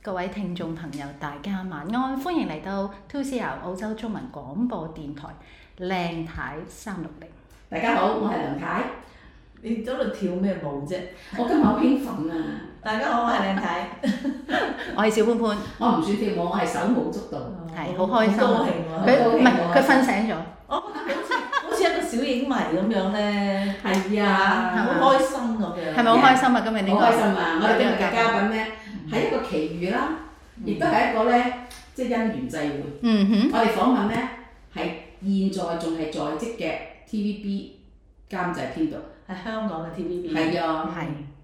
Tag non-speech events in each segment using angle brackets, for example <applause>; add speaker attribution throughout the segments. Speaker 1: 各位聽眾朋友，大家晚安，歡迎嚟到 2CR 澳洲中文廣播電台靚太三六零。
Speaker 2: 大家好，我係梁太。
Speaker 3: 你走度跳咩舞啫？
Speaker 2: 我今日好興奮啊！
Speaker 3: 大家好，我係靚太，
Speaker 1: 我係小潘潘，
Speaker 2: 我唔算跳舞，我係手舞足蹈。
Speaker 1: 係好開心啊
Speaker 3: 哦好高興啊！
Speaker 1: 佢唔係佢瞓醒咗，
Speaker 3: 我覺得好似好似一個小影迷咁樣咧，
Speaker 2: 係
Speaker 1: 係
Speaker 2: 啊，
Speaker 1: 嘛
Speaker 3: 好開心咁樣。
Speaker 1: 係咪好開心啊？今日呢
Speaker 2: 好開心
Speaker 1: 個
Speaker 2: 啊！我哋今日嘅嘉賓咧係一個奇遇啦，亦都係一個咧即係因緣際會。
Speaker 1: 嗯哼，
Speaker 2: 我哋訪問咧係現在仲係在職嘅 TVB 監製編導。
Speaker 3: 係香港嘅
Speaker 4: 嗯
Speaker 3: TVB。
Speaker 2: 係啊，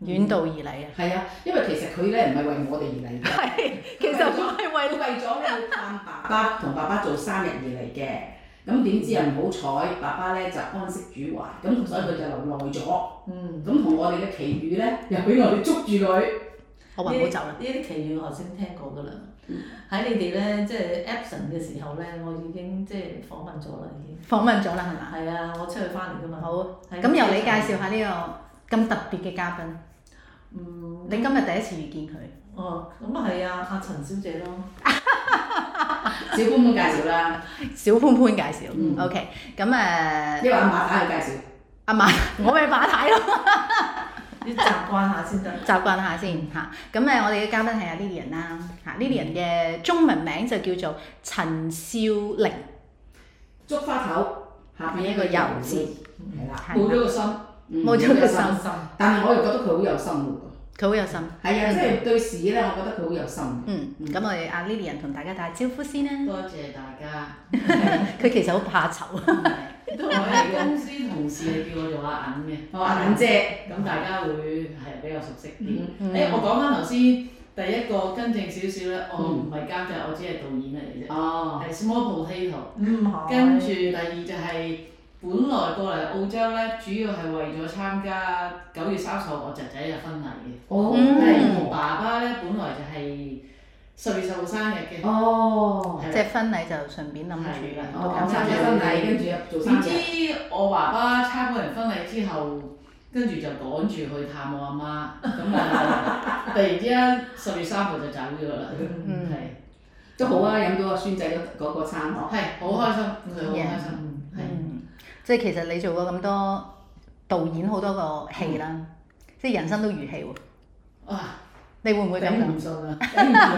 Speaker 1: 係遠道而嚟啊！
Speaker 2: 係啊，因為其實佢咧唔係為我哋而嚟嘅。
Speaker 1: 係，其實我係
Speaker 2: 佢
Speaker 1: 為
Speaker 2: 為咗去探爸爸同爸爸做生日而嚟嘅，咁點知啊唔好彩，爸爸咧就安息主懷，咁所以佢就留耐咗，
Speaker 3: 嗯，
Speaker 2: 咁同我哋嘅奇遇咧又俾我哋捉住佢，
Speaker 1: 我話唔 <laughs> 好走啦。
Speaker 3: 呢啲奇遇我頭先聽過㗎啦。喺你哋咧，即係 absent 嘅時候咧，我已經即係訪問咗啦，已經。
Speaker 1: 訪問咗啦，係嘛？
Speaker 3: 係啊，我出去翻嚟㗎嘛。
Speaker 1: 好，
Speaker 3: 係
Speaker 1: 咁由你介。紹下呢個咁特別嘅嘉賓。
Speaker 3: 嗯，
Speaker 1: 你今日第一次遇見佢，
Speaker 3: 哦，咁啊係啊，阿陳小姐咯。
Speaker 2: 小公公介紹啦，
Speaker 1: 小潘潘介紹。
Speaker 2: 嗯
Speaker 1: OK，咁誒，
Speaker 2: 你話阿馬打佢介紹，
Speaker 1: 阿馬，我咪馬太咯。
Speaker 3: 要習慣下先得。
Speaker 1: 習慣下先嚇。咁誒，我哋嘅嘉賓係阿 Lilian 啦嚇，Lilian 嘅中文名就叫做陳少玲，
Speaker 2: 竹花頭下邊
Speaker 1: 嗯
Speaker 2: 一個油字，係啦，
Speaker 1: 係
Speaker 2: 冇咗個心，嗯
Speaker 1: 冇咗個 <laughs> 心
Speaker 3: 心。
Speaker 2: 但係我又覺得佢好有心喎，
Speaker 1: 佢好有心。
Speaker 2: 係啊，即係對事咧，我覺得佢好有心嘅。
Speaker 1: 嗯，咁我哋阿 Lilian 同大家打招呼先啦。
Speaker 5: 多謝大家，
Speaker 1: 佢其實好怕醜，
Speaker 5: 都係公司同事叫我做阿銀嘅，
Speaker 2: 我話銀姐，
Speaker 5: 咁大家會係比較熟悉啲。誒、
Speaker 1: <laughs> 嗯
Speaker 5: 我講翻頭先第一個跟正少少咧，我唔係監製，我只係導演嚟嘅啫，
Speaker 2: 哦，
Speaker 5: 係 small potato。
Speaker 3: 嗯，好
Speaker 5: 跟住第二就係、本來過嚟澳洲咧，主要係為咗參加九月三十號我侄仔嘅婚禮嘅。
Speaker 2: 哦，
Speaker 1: 嗯
Speaker 5: 但係我爸爸咧，本來就係十月十號生日嘅，
Speaker 2: 哦。
Speaker 5: 係啦
Speaker 1: 即係婚禮就順便諗住
Speaker 5: 係啦
Speaker 2: 哦，
Speaker 1: 咁
Speaker 2: 參加婚禮，跟住又做生
Speaker 5: 點知
Speaker 2: 日，
Speaker 5: 我爸爸參加完婚禮之後，跟住就趕住去探我阿媽，咁
Speaker 1: <laughs>
Speaker 5: 啊突然之間十月三號就走咗啦，
Speaker 1: 嗯
Speaker 5: 係
Speaker 2: 都好啊！飲到個孫仔嗰嗰個餐呵，
Speaker 5: 係好開心，佢好開心，
Speaker 3: 嗯
Speaker 5: 係
Speaker 1: 嗯，即係其實你做過咁多導演好多個戲啦，即係人生都如戲喎。
Speaker 5: 哇
Speaker 1: 你會唔會咁
Speaker 5: 頂
Speaker 1: 諗？
Speaker 5: 唔順啊！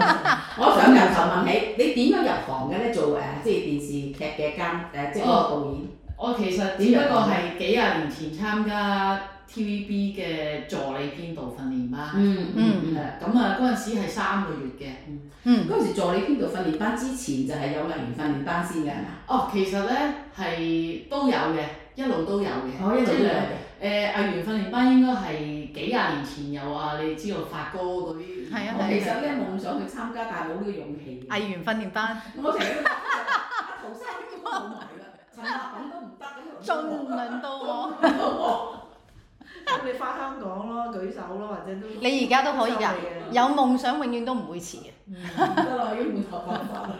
Speaker 2: 我想由頭問起，你點樣入行嘅咧？做誒即係電視劇嘅監誒，即係嗰個導演。
Speaker 5: 我其實只不過係幾廿年前參加 TVB 嘅助理編導訓練班，
Speaker 2: 嗯
Speaker 5: 誒
Speaker 2: 嗯
Speaker 5: 咁啊嗰陣時係三個月嘅。
Speaker 1: 嗯
Speaker 2: 嗯。嗰陣時助理編導訓練班之前就係有藝員訓練班先嘅係嘛？
Speaker 5: 哦，其實咧係都有嘅，一路都有嘅，
Speaker 2: 哦我一路
Speaker 5: 即
Speaker 2: 都
Speaker 5: 係
Speaker 2: 有
Speaker 5: 兩
Speaker 2: 嘅。
Speaker 5: 誒、呃藝員訓練班應該係幾廿年前有啊，你知道發哥嗰啲哦
Speaker 1: 係啊
Speaker 2: 我其實咧夢想去參加，但係冇呢個勇氣。
Speaker 1: 藝員訓練班
Speaker 2: 我成日都話阿陶生都冇埋啦，陳立品都唔得咁
Speaker 1: 仲唔輪到我？
Speaker 3: 咁你翻香港咯，舉手咯，或者都
Speaker 1: 你而家都可以㗎
Speaker 3: 收你
Speaker 1: 有夢想永遠都唔會遲嘅。
Speaker 3: 嘅。
Speaker 2: 得啦，要換頭髮啦。
Speaker 3: 嗯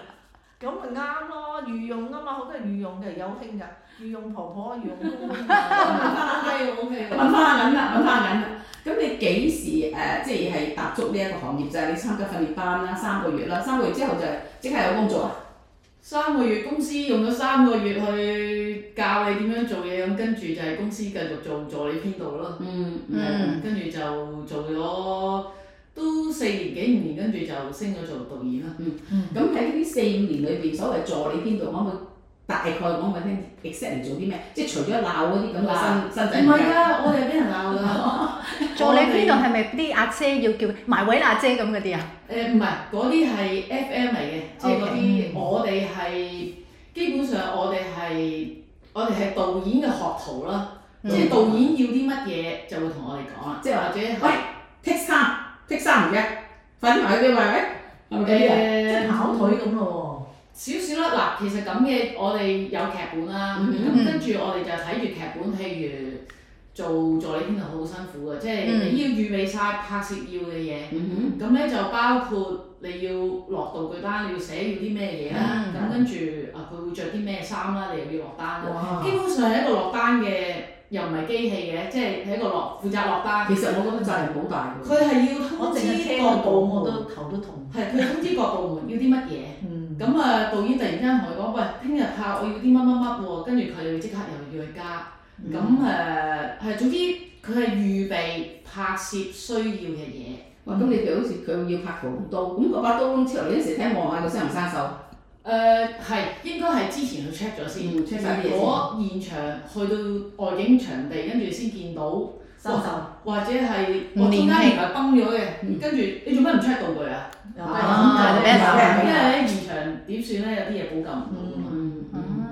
Speaker 3: 咁咪啱咯，御用啊嘛，好多人御用嘅，有興㗎，御用婆婆、御用公公啊，
Speaker 5: OK OK，啊
Speaker 2: 揾翻銀啦，揾翻銀啦。咁你幾時誒、呃即係係踏足呢一個行業就係、你參加訓練班啦，三個月啦，三個月之後就即刻有工作啊？
Speaker 5: 三個月公司用咗三個月去教你點樣做嘢，咁跟住就係公司繼續做助理編導咯，啊
Speaker 2: 嗯
Speaker 1: 嗯
Speaker 5: 跟住就做咗都四年幾五年，跟住就升咗做導演啦。
Speaker 3: 嗯
Speaker 2: 咁喺呢四五年裏邊，所謂助理編導，可唔可以大概講俾我聽 exactly 做啲咩？即係除咗鬧嗰啲咁嘅新新仔
Speaker 5: 唔係啊，我哋俾人鬧㗎。
Speaker 1: 助理編導係咪啲阿姐要叫埋位啦阿姐咁嗰啲啊？
Speaker 5: 誒呃唔係，嗰啲係 FM 嚟嘅，即係嗰啲我哋係基本上我哋係我哋係導演嘅學徒啦，
Speaker 1: 嗯
Speaker 5: 即係導演要啲乜嘢就會同我哋講啦，
Speaker 2: 即係話
Speaker 5: 或者係
Speaker 2: 喂剔衫剔衫唔嘅，快啲埋去啲喂喂，係咪咁嘅？
Speaker 3: 即係跑腿咁咯
Speaker 5: 少少啦，嗱，其實咁嘅我哋有劇本啦，
Speaker 2: 嗯
Speaker 5: 咁跟住我哋就睇住劇本，譬如做助理編導好辛苦嘅，即係你要預備晒拍攝要嘅嘢。
Speaker 2: 嗯
Speaker 5: 咁咧就包括你要落道具單，你要寫要啲咩嘢啦，
Speaker 4: 哦
Speaker 5: 咁跟住啊佢會着啲咩衫啦，你又要落單啦。
Speaker 2: 哇
Speaker 5: 基本上係一個落單嘅又唔係機器嘅，即係係一個落負責落單。
Speaker 2: 其實我覺得責任好大
Speaker 5: 佢
Speaker 2: 㗎。
Speaker 5: 係要
Speaker 3: 我
Speaker 5: 通
Speaker 3: 淨係
Speaker 5: 知
Speaker 3: 聽
Speaker 5: 各
Speaker 3: 個
Speaker 5: 部
Speaker 3: 部我
Speaker 5: 門，
Speaker 3: 都頭都痛。
Speaker 5: 係佢通知各部門要啲乜嘢。
Speaker 3: 嗯，
Speaker 5: 咁啊，導演突然間同佢講：喂，聽日拍我要啲乜乜乜喎，跟住佢就即刻又要去加。咁誒係總之佢係預備拍攝需要嘅嘢。
Speaker 2: 哇！咁你譬如好似佢要拍狂刀，咁嗰把刀之後，你一時聽望下佢生唔生鏽？
Speaker 5: 呃誒係、應該係之前去 check 咗先
Speaker 2: 嗯，check 晒啲嘢先
Speaker 5: 如果現場去到外景場地，跟住先見到，
Speaker 3: 收手，
Speaker 5: 或者係
Speaker 1: 唔
Speaker 5: 我中間
Speaker 1: 連戲
Speaker 5: 原來崩咗嘅，
Speaker 2: 嗯
Speaker 5: 跟住你做乜唔 check 道具啊？
Speaker 3: 又
Speaker 1: 啊俾人打
Speaker 2: 啊
Speaker 5: 因為喺現場點算咧，有啲嘢補救唔到啊嘛，
Speaker 2: 嗯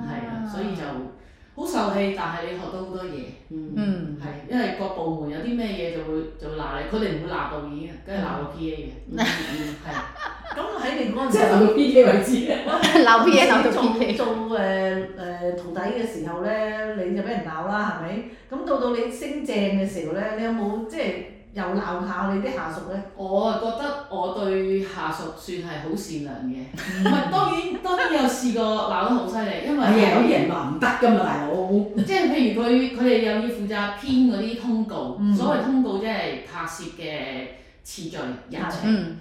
Speaker 5: 係啊，所以就好受氣，但係你學到好多嘢，
Speaker 2: 嗯
Speaker 1: 嗯，
Speaker 5: 係因為各部門有啲咩嘢就會就會鬧你，佢哋唔會鬧導演嘅，梗係鬧個 PA 嘅，
Speaker 2: 嗯嗯，
Speaker 5: 係。啊
Speaker 3: 咁喺你嗰陣
Speaker 2: 即係留到 P K 為止嘅。
Speaker 1: <laughs> 鬧 P <laughs> A 鬧到 P K，
Speaker 3: 做做誒誒徒弟嘅時候咧，你就俾人鬧啦，係咪？咁到到你升正嘅時候咧，你有冇即係又鬧下你啲下屬咧？
Speaker 5: 我啊覺得我對下屬算係好善良嘅，
Speaker 2: <laughs>
Speaker 5: 唔係當然當然有試過鬧得好犀利，因
Speaker 2: 係啊，有
Speaker 5: 為
Speaker 2: 啲人話唔得㗎嘛，大佬。
Speaker 5: 即係譬如佢佢哋又要負責編嗰啲通告，
Speaker 3: 嗯
Speaker 5: 所謂通告即係拍攝嘅次序日程。
Speaker 1: 嗯，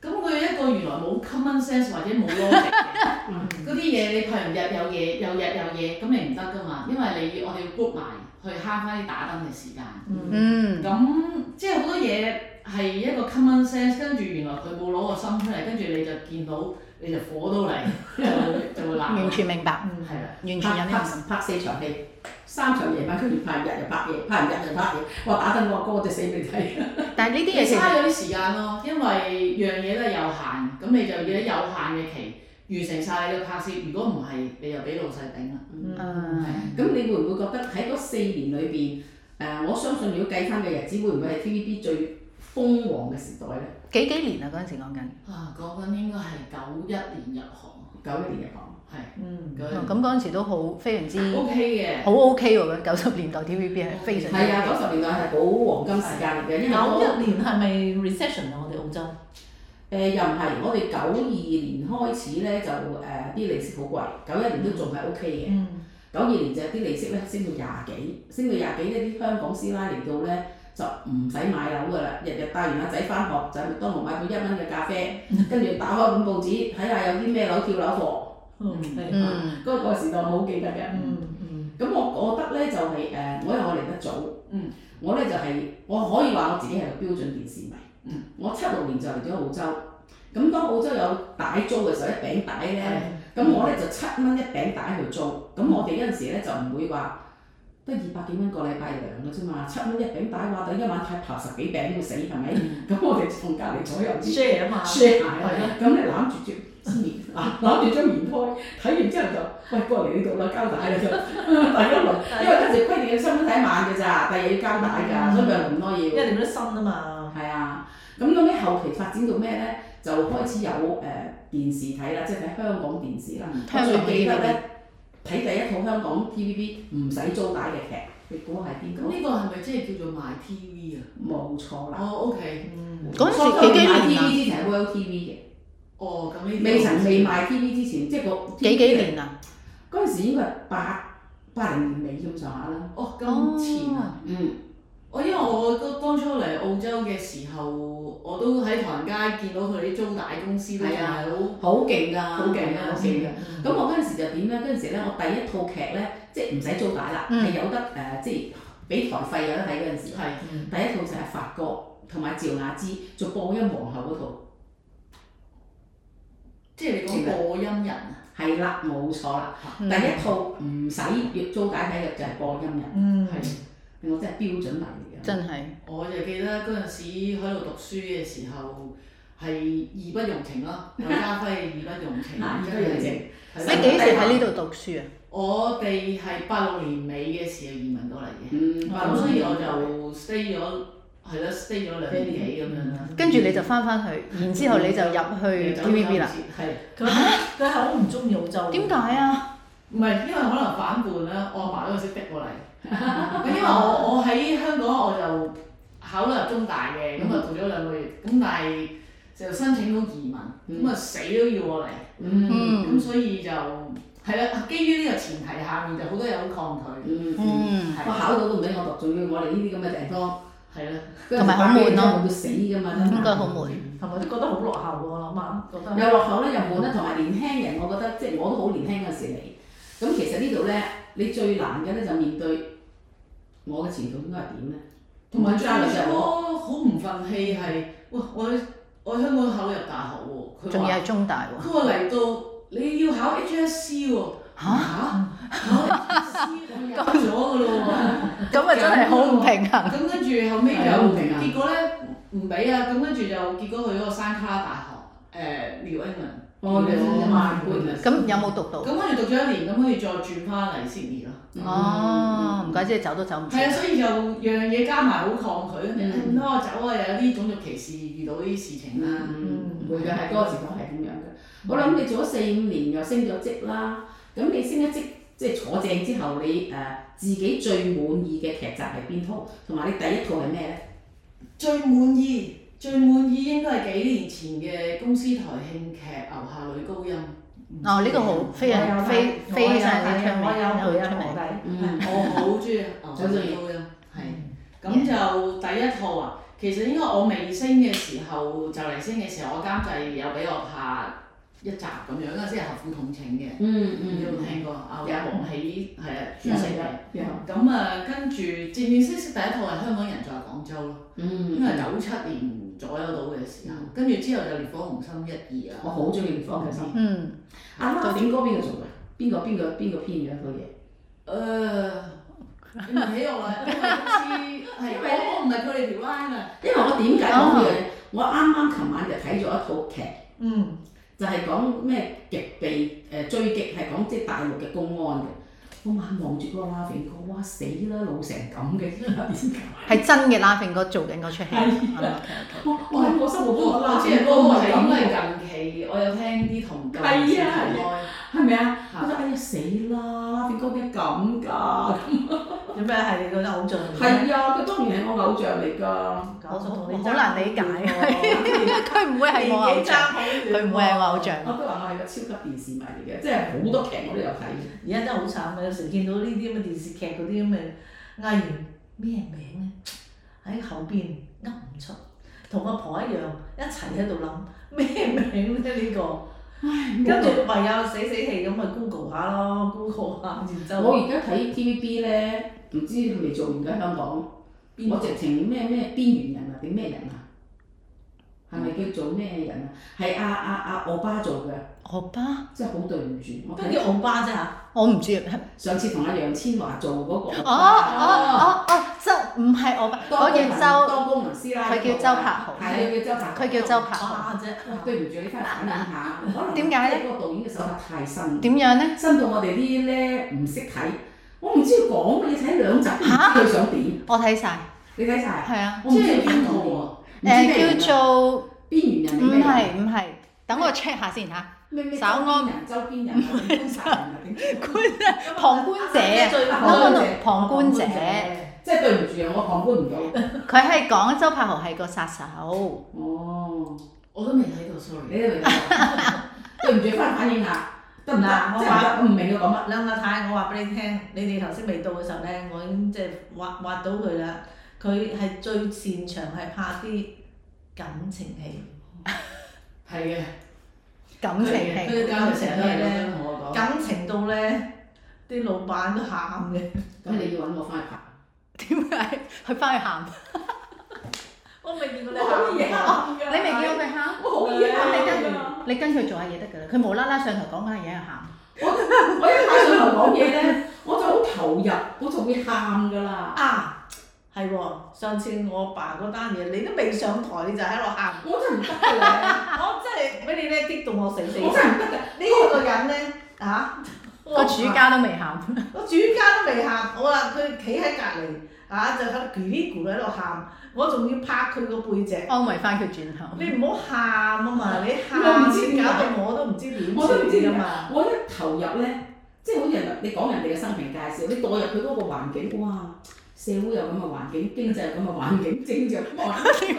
Speaker 5: 咁佢一個原來冇 common sense 或者冇 logic 嘅
Speaker 2: 嗯
Speaker 5: 嗰啲嘢，你譬如日有嘢，又日有嘢，咁你唔得㗎嘛，因為你我哋要 group 埋去慳翻啲打燈嘅時間。
Speaker 3: 嗯，
Speaker 1: 嗯，
Speaker 5: 咁即係好多嘢係一個 common sense，跟住原來佢冇攞個心出嚟，跟住你就見到你就火都嚟， <laughs> 就會就會鬧。
Speaker 1: 完全明白，
Speaker 3: 嗯
Speaker 5: 係啦，
Speaker 1: 完全有
Speaker 2: 拍
Speaker 1: 呢
Speaker 2: 拍
Speaker 1: 個
Speaker 2: 拍四場戲，三場夜晚跟住拍日又拍夜，拍完日又拍夜。我打燈我話哥，我隻死俾你睇。
Speaker 1: 但係呢
Speaker 5: 你
Speaker 1: 啲嘢其實
Speaker 5: 嘥咗啲時間咯，因為樣嘢都係有限，咁你就要喺有限嘅期完成晒你嘅拍攝。如果唔係，你就俾老細頂啦。
Speaker 1: 嗯
Speaker 2: 咁你會唔會覺得喺嗰四年裏邊，誒、我相信如果計翻嘅日子，會唔會係 TVB 最瘋狂嘅時代咧？
Speaker 1: 幾幾年啊嗰陣時講緊，
Speaker 5: 啊，講緊應該係九一年入行，
Speaker 2: 九一年入行，
Speaker 5: 係
Speaker 3: 嗯，
Speaker 5: 九一
Speaker 1: 哦
Speaker 5: 年
Speaker 1: 咁嗰陣時都好非常之
Speaker 5: OK 嘅。
Speaker 1: 好 OK 喎，九十年代 TVB 哦係非常之
Speaker 2: 係啊，九十年代係好黃金時間嚟嘅，因為
Speaker 3: 九
Speaker 2: 我誒、
Speaker 3: 一年係咪 recession 啊？我哋澳洲
Speaker 2: 又唔係，我哋九二年開始咧就誒啲、利息好貴，九一年都仲係 OK 嘅。
Speaker 3: 嗯
Speaker 2: 九二年就係啲利息咧升到廿幾，升到廿幾呢啲香港師奶嚟到咧就唔使買樓噶啦，日日帶完阿仔翻學就喺麥當勞買到一蚊嘅咖啡，
Speaker 5: 嗯
Speaker 2: 跟住打開本報紙睇下有啲咩樓跳樓
Speaker 3: 嗯
Speaker 1: 嗯。
Speaker 2: 貨，嗰、個時代我好記得嘅。
Speaker 3: 嗯
Speaker 2: 咁我覺得咧就係、誒，我因為我嚟得早，
Speaker 5: 嗯，
Speaker 2: 我咧就係、我可以話我自己係個標準電視迷，
Speaker 5: 嗯，
Speaker 2: 我七六年就嚟咗澳洲，咁當澳洲有帶租嘅時候，一餅帶咧。
Speaker 5: 係
Speaker 2: 咁我咧就七蚊一餅帶去租，咁我哋嗰陣時咧就唔會話得二百幾蚊個禮拜糧嘅啫嘛，七蚊一餅帶話等一晚太刨十幾餅都死係咪？ <laughs> 咁我哋同隔離左右啲
Speaker 3: share 啊嘛，
Speaker 2: share 啦，咁你攬住張棉啊攬住張棉胎，睇完之後就喂過嚟呢度啦，交帶啦就 <laughs> 大家輪，因為嗰陣時規定要七蚊睇一晚嘅咋，第二日要交帶㗎，所以咪輪咯
Speaker 3: 因
Speaker 2: 要。
Speaker 3: 為你都新啊嘛，
Speaker 2: 係啊，咁到尾後期發展到咩咧？就開始有誒、呃、電視睇啦，即係睇香港電視啦。
Speaker 1: 香港
Speaker 2: 我最記得咧，睇第一套香港 TVB 唔使租帶嘅劇，你估係邊
Speaker 5: 咁
Speaker 2: 個？
Speaker 5: 呢個係咪即係叫做賣 TV 啊？
Speaker 2: 冇錯啦。
Speaker 5: 哦，OK，
Speaker 3: 嗯
Speaker 1: 嗰陣時幾幾年啊
Speaker 2: TV 之前係 World TV
Speaker 5: 哦，咁呢
Speaker 2: 嘅，
Speaker 5: 啲
Speaker 2: 未曾未賣 TV 之前，即係個
Speaker 1: 幾幾？年啊？
Speaker 2: 嗰陣時應該係八八零年尾咁上下啦。
Speaker 5: 哦咁前啊。
Speaker 2: 嗯，
Speaker 5: 我哦因為我都當初嚟澳洲嘅時候，我都喺唐人街見到佢哋啲租帶公司都
Speaker 2: 係
Speaker 5: 係
Speaker 2: 啊
Speaker 5: 好
Speaker 2: 好勁㗎，
Speaker 5: 好勁
Speaker 1: 嗯
Speaker 5: 啊
Speaker 2: 好勁㗎。咁我嗰陣時就點咧？嗰陣時咧，我第一套劇咧，即係唔使租帶啦，係、
Speaker 1: 嗯
Speaker 2: 有得誒、呃即係俾台費有得睇嗰陣時。
Speaker 5: 係
Speaker 1: 嗯
Speaker 2: 第一套就係發哥同埋趙雅芝做播音皇后嗰套。
Speaker 5: 即係你講播音人啊，
Speaker 2: 係啦，冇錯啦。第
Speaker 1: 嗯
Speaker 2: 一套唔使月租帶睇嘅就係播音人，
Speaker 3: 嗯
Speaker 5: 係
Speaker 2: 我真係標準嚟嘅。
Speaker 1: 真係
Speaker 5: 我就記得嗰陣時喺度讀書嘅時候係義不容情咯，劉家輝嘅義不容情，
Speaker 2: 嗱，依家
Speaker 5: 真係
Speaker 2: 人正，
Speaker 5: 係
Speaker 1: 你幾時喺呢度讀書啊？
Speaker 5: 我哋係八六年尾嘅時候移民過嚟嘅，
Speaker 2: 嗯，八
Speaker 1: 哦
Speaker 5: 咁
Speaker 2: 六
Speaker 5: 所以
Speaker 2: 年
Speaker 5: 我就 stay 咗係咯，stay 咗兩年幾咁樣啦。
Speaker 1: 跟住你就翻翻去，然之後你就入去 TVB 啦。
Speaker 5: 係。
Speaker 3: 佢佢係好唔中意澳洲，
Speaker 1: 點解啊？
Speaker 5: 唔係，因為可能反叛啦，我阿爸都識逼我嚟。因為我我喺香港我就考咗入中大嘅，咁啊讀咗兩個月，咁但係就申請到移民，咁啊死都要我嚟，
Speaker 2: 嗯
Speaker 1: 嗯
Speaker 5: 咁所以就係啦，基於呢個前提下面就好多人好抗拒，
Speaker 2: 嗯嗯，
Speaker 1: 嗯，
Speaker 2: 我
Speaker 5: 係
Speaker 2: 考到都唔俾我讀，仲要我哋呢啲咁嘅地方，
Speaker 5: 係啦，
Speaker 2: 跟住
Speaker 1: 同埋好悶咯
Speaker 2: 打機悶到死㗎嘛，真係
Speaker 1: 應該好悶。
Speaker 4: 同埋都覺得好落後喎，我諗啊，覺得
Speaker 2: 又落後咧，又悶咧，同埋年輕人，我覺得即係我都好年輕嗰時嚟。咁其實呢度咧，你最難嘅咧就面對我嘅前途應該係點咧？
Speaker 5: 同埋最
Speaker 2: 揸嚟就我，
Speaker 5: 初好唔憤氣係，哇！我喺我喺香港考入大學喎，佢
Speaker 1: 仲要
Speaker 5: 話
Speaker 1: 係中大喎。
Speaker 5: 佢話嚟到你要考 HSC 喎，
Speaker 1: 嚇
Speaker 5: 考 HSC 我入咗㗎咯喎。
Speaker 1: 咁啊真係好唔平衡。
Speaker 5: 咁跟住後尾就
Speaker 2: 係啊好平衡
Speaker 5: 結果咧唔俾啊，咁跟住就結果去咗個山卡拉大學誒 New England，
Speaker 2: 我哋
Speaker 5: 哦
Speaker 2: 萬貫啊！
Speaker 1: 咁有冇讀到？
Speaker 5: 咁跟住讀咗一年，咁跟住再轉翻嚟 Sydney 咯。
Speaker 2: Ừ. 嗯
Speaker 1: 哦，唔怪之你走都走唔
Speaker 5: 係啊，
Speaker 1: 切。
Speaker 5: 所以就樣嘢加埋好抗拒，
Speaker 2: 嗯
Speaker 5: 唔得我走啊，又有啲種族歧視，遇到呢啲事情啊啦。
Speaker 2: 嗯，會嘅，係嗰個時代係咁樣嘅。我諗你做咗四五年又升咗職啦，咁你升咗職即係坐正之後，你誒、呃自己最滿意嘅劇集係邊套？同埋你第一套係咩咧？
Speaker 5: 最滿意最滿意應該係幾年前嘅公司台慶劇《牛下女高音》。
Speaker 1: 哦，呢個好非常非非常之出名，
Speaker 4: 我有
Speaker 1: 好
Speaker 4: 佢啊，
Speaker 1: 出
Speaker 4: 我
Speaker 1: 名。
Speaker 4: 弟，
Speaker 2: 嗯，
Speaker 5: 我好中意牛仔高音，係啊咁就第一套啊。其實應該我未升嘅時候就嚟升嘅時候，我監製有俾我拍一集咁樣，嗰陣時係合府統請嘅，
Speaker 2: 嗯
Speaker 5: 你有
Speaker 2: 嗯
Speaker 5: 冇聽過啊？有
Speaker 2: 有
Speaker 5: 黃喜係啊，主
Speaker 2: 有
Speaker 5: 席嘅。
Speaker 2: 有
Speaker 5: 咁啊，跟住正正式式第一套係香港人在廣州咯，應該
Speaker 2: 嗯，
Speaker 5: 係九七年左右到嘅時候，跟住之後就烈火雄心一二
Speaker 2: 我
Speaker 5: 啊。
Speaker 2: 好中意烈火雄心。
Speaker 1: 嗯，
Speaker 2: 阿拉點歌邊個做㗎？邊個邊個邊個編嘅嗰套嘢？
Speaker 5: 誒，呃你唔起我啦，因為公司
Speaker 2: <laughs>
Speaker 5: 係
Speaker 2: 因為咧
Speaker 5: 我我唔係佢哋條 line 啊。
Speaker 2: 因為我點解講呢樣嘢？我啱啱琴晚就睇咗一套劇，
Speaker 4: 嗯，
Speaker 2: 就係講咩極被誒追擊，係講即係大陸嘅公安嘅。我晚望住嗰個 Laughing 哥，哇死啦，老成咁嘅，點解？
Speaker 1: 係真嘅拉 a 哥做緊嗰出戲。
Speaker 2: 係
Speaker 1: 哦
Speaker 2: 我我喺我心目中，
Speaker 5: 我
Speaker 2: 我
Speaker 5: 我
Speaker 2: Laughing
Speaker 5: 知係嗰
Speaker 2: 哥
Speaker 5: 個
Speaker 2: 係
Speaker 5: 係
Speaker 2: 咁嘅，
Speaker 5: 因為近期我有聽啲同屆
Speaker 2: 係啊
Speaker 5: 嘅
Speaker 2: 係係咪啊？我覺得哎呀死啦，Laughing 哥點解咁㗎？
Speaker 4: 有咩係你覺得偶像嚟嘅？
Speaker 2: 係啊，佢當然係我偶像嚟㗎。
Speaker 4: 搞錯同
Speaker 1: 我
Speaker 4: 你
Speaker 1: 好難理解
Speaker 4: 解，
Speaker 1: 佢唔會係我偶像，佢唔會係我偶像。
Speaker 2: 我都話我係個超級電視迷嚟嘅，即係好多劇我都有睇嘅。
Speaker 4: 而家真係好慘啊！有時見到呢啲咁嘅電視劇嗰啲咁嘅藝員咩名啊咧，喺後邊噏唔出，同阿婆一樣一齊喺度諗咩名咧呢個，跟住唯有死死氣咁啊 Google 下咯，Google 下，然之
Speaker 2: 我
Speaker 4: 後
Speaker 2: 而家睇 TVB 咧，唔知佢哋做唔做喺香港？
Speaker 5: 邊
Speaker 2: 我直情咩咩邊緣人啊，定咩人啊？係咪叫做咩人啊？係阿阿阿我巴做嘅，
Speaker 1: 我爸，
Speaker 2: 真係好對唔住。我
Speaker 4: 跟住
Speaker 2: 睇
Speaker 4: 奧巴啫嚇，
Speaker 1: 我唔知。
Speaker 2: 上次同阿楊千嬅做嗰個，
Speaker 1: 哦哦哦哦，真唔係我爸，
Speaker 2: 多
Speaker 1: 我
Speaker 2: 功能
Speaker 1: 叫周，
Speaker 2: 多功能師奶，
Speaker 1: 佢叫周柏豪
Speaker 2: 係佢叫周柏豪，
Speaker 1: 佢叫周柏豪。
Speaker 4: 巴啫，
Speaker 2: 哇對唔住，你翻嚟反
Speaker 1: <laughs>
Speaker 2: 映下，可能
Speaker 1: 點解咧？
Speaker 2: 個導演嘅手法太新。
Speaker 1: 點樣咧？
Speaker 2: 新到我哋啲咧唔識睇，我唔知佢講乜嘢，睇兩集都唔知佢想點。
Speaker 1: 我睇晒，
Speaker 2: 你睇晒？
Speaker 1: 係啊。
Speaker 2: 我唔知
Speaker 5: 即係
Speaker 2: 佢
Speaker 5: 邊
Speaker 2: 邊
Speaker 5: 套
Speaker 2: 套
Speaker 5: 啊
Speaker 2: 啊？唔知咩
Speaker 1: 誒
Speaker 2: 人啊
Speaker 1: 叫做
Speaker 2: 邊緣人
Speaker 1: 唔
Speaker 2: 定咩人啊？
Speaker 1: 係唔係，等我 check 下先嚇。
Speaker 2: 咩咩周
Speaker 1: 稍安
Speaker 2: 邊人、周邊人、觀察人啊點
Speaker 1: <laughs> 旁觀者啊
Speaker 4: 最
Speaker 1: ，no no
Speaker 2: 旁觀
Speaker 1: no，
Speaker 2: 者
Speaker 1: 旁觀者，
Speaker 2: 即係對唔住啊，我旁觀唔到。
Speaker 1: 佢係講周柏豪係個殺手。
Speaker 2: 哦，
Speaker 5: 我都未睇到，sorry。
Speaker 2: 你都明白？對唔住，翻嚟反映下得唔得？
Speaker 4: 嗱我
Speaker 2: 即係唔
Speaker 4: 話
Speaker 2: 得，我唔明佢講乜。
Speaker 4: 兩個太，我話俾你聽，你哋頭先未到嘅時候咧，我已經即係挖挖到佢啦。佢係最擅長係拍啲感情戲，
Speaker 5: 係嘅，
Speaker 1: 感情
Speaker 5: 係嘅
Speaker 1: 戲，
Speaker 5: 佢教佢成日都係咁樣同我講。
Speaker 4: 感情到咧啲老闆都喊嘅。
Speaker 2: 咁你要揾我翻去拍。
Speaker 1: 點解 <laughs> 佢翻去喊？
Speaker 4: 我未見過你
Speaker 2: 我好嘢
Speaker 4: 喊
Speaker 1: <laughs>
Speaker 2: 啊！
Speaker 1: 你咪叫佢喊，
Speaker 2: 我好嘢
Speaker 1: 咁你跟
Speaker 2: 啊！
Speaker 1: 住你跟佢做下嘢得㗎啦。佢無啦啦上台講嗰下嘢喺度喊。
Speaker 2: 我一睇上頭講嘢 <laughs> 咧，我就好投入，我就會喊㗎啦。，
Speaker 4: 啊！係喎，上次我爸嗰單嘢，你都未上台，你就喺度喊
Speaker 2: 我真係唔得㗎咧，
Speaker 4: 我真係俾你咧激到我死死。
Speaker 2: 啊 <laughs> 我
Speaker 4: 呢
Speaker 2: 真係唔得㗎。
Speaker 4: 個人啊咧嚇。
Speaker 1: 個主家都未喊， <laughs>
Speaker 4: 我主家都未喊，我話佢企喺隔離啊，就喺度咕哩咕喺度喊，我仲要拍佢個背脊。
Speaker 1: 安慰翻佢轉頭。
Speaker 4: 你唔好喊啊嘛！你喊
Speaker 2: 我唔知點解
Speaker 4: 搞到我都唔知點
Speaker 2: 我都唔知
Speaker 4: 算
Speaker 2: 點
Speaker 4: 啊嘛！
Speaker 2: 我一投入咧，即係好似人你講人哋嘅生平介紹，你代入佢嗰個環境，哇！社會有咁嘅環境，經濟有咁嘅環境，政治有咁嘅環境，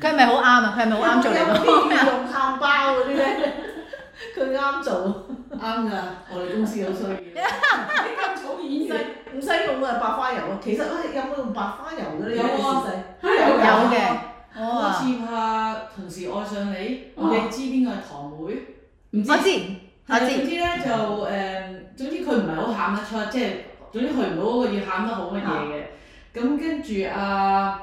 Speaker 1: 佢係咪好啱啊？佢係咪好啱做你
Speaker 4: 有
Speaker 1: 個？
Speaker 4: 啲御用喊包嗰啲咧，
Speaker 3: 佢啱做，
Speaker 5: 啱㗎，我哋公司好需要。你咁早
Speaker 3: 唔
Speaker 5: 演
Speaker 3: 使
Speaker 5: 員，
Speaker 3: 唔使用啊白花油啊。其實啊，有冇用白花油嘅咧？
Speaker 5: 有啊
Speaker 3: 啲姿勢
Speaker 5: 有
Speaker 1: 有嘅，我
Speaker 5: 我
Speaker 1: 啊，
Speaker 5: 次拍同時愛上你，
Speaker 2: 哦
Speaker 5: 你知邊個係堂妹？
Speaker 2: 唔知
Speaker 1: 我知，我
Speaker 5: 係啊總
Speaker 1: 知，
Speaker 5: 之咧就誒、總之佢唔係好喊得出，即係總之佢唔好嗰個要喊得好乜嘢嘅。咁跟住啊，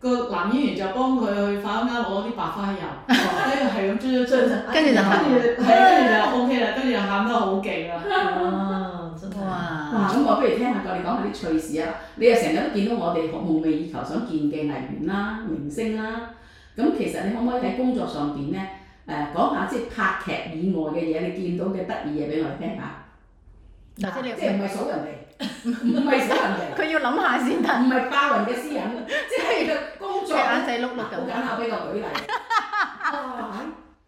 Speaker 5: 個男演員就幫佢去化妝間攞啲白花油，跟住係咁追追
Speaker 4: <laughs>
Speaker 5: 追，
Speaker 1: 跟住就
Speaker 5: 跟
Speaker 1: 喊
Speaker 5: 住係跟住就 OK 啦，跟住就喊得好
Speaker 4: <laughs>
Speaker 5: 勁啦。
Speaker 3: 啊，真係。
Speaker 2: 哇！
Speaker 1: 哇，
Speaker 2: 咁我不如聽下教你講下啲趣事啊！你又成日都見到我哋夢寐以求想見嘅藝員啦、明星啦，咁其實你可唔可以喺工作上邊咧誒講下即係拍劇以外嘅嘢，你見到嘅得意嘢俾我哋聽下？
Speaker 1: 或者你
Speaker 2: 即係唔係數人哋，唔係數人哋，
Speaker 1: 佢要諗下先得，
Speaker 2: 唔係爆人嘅私隱，即係工
Speaker 1: 隻
Speaker 2: 作
Speaker 1: 眼仔碌碌
Speaker 2: 好
Speaker 1: 咁。
Speaker 2: 簡單，俾個 <laughs> 舉例。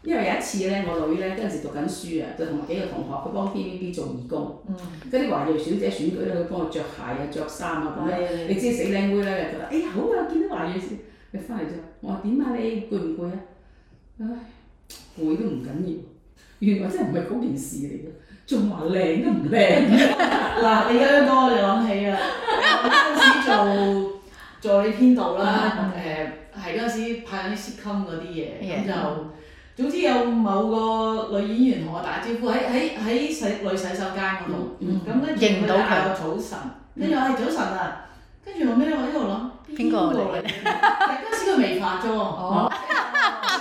Speaker 2: 因為有一次咧，我女咧嗰陣時讀緊書啊，就同幾個同學佢幫 TVB 做義工，
Speaker 3: 嗯
Speaker 2: 嗰啲華裔小姐選舉咧，佢幫佢着鞋啊、着衫啊咁樣。你知死靚妹咧，又覺得哎呀好啊，見到華裔先，你翻嚟啫。我話點啊？你攰唔攰啊？唉，攰都唔緊要，原來真係唔係嗰件事嚟嘅，仲話靚都唔靚。
Speaker 5: 嗱，你咁樣講我哋諗起啦，我嗰陣時做做你編導啦，誒係嗰陣時拍緊啲 sitcom 嗰啲嘢，
Speaker 1: Yeah
Speaker 5: 咁就總之有某個女演員同我打招呼喺喺喺洗女洗手間嗰度，
Speaker 2: 嗯
Speaker 5: 咁跟住
Speaker 1: 認
Speaker 5: 佢
Speaker 1: 到佢
Speaker 5: 嗌我早晨，跟住我係早晨啊，跟住後尾我喺度諗
Speaker 1: 嗯邊個啊嚟嘅
Speaker 5: 咧？
Speaker 1: <laughs>
Speaker 5: 但嗰陣時佢未化妝，
Speaker 3: 哦，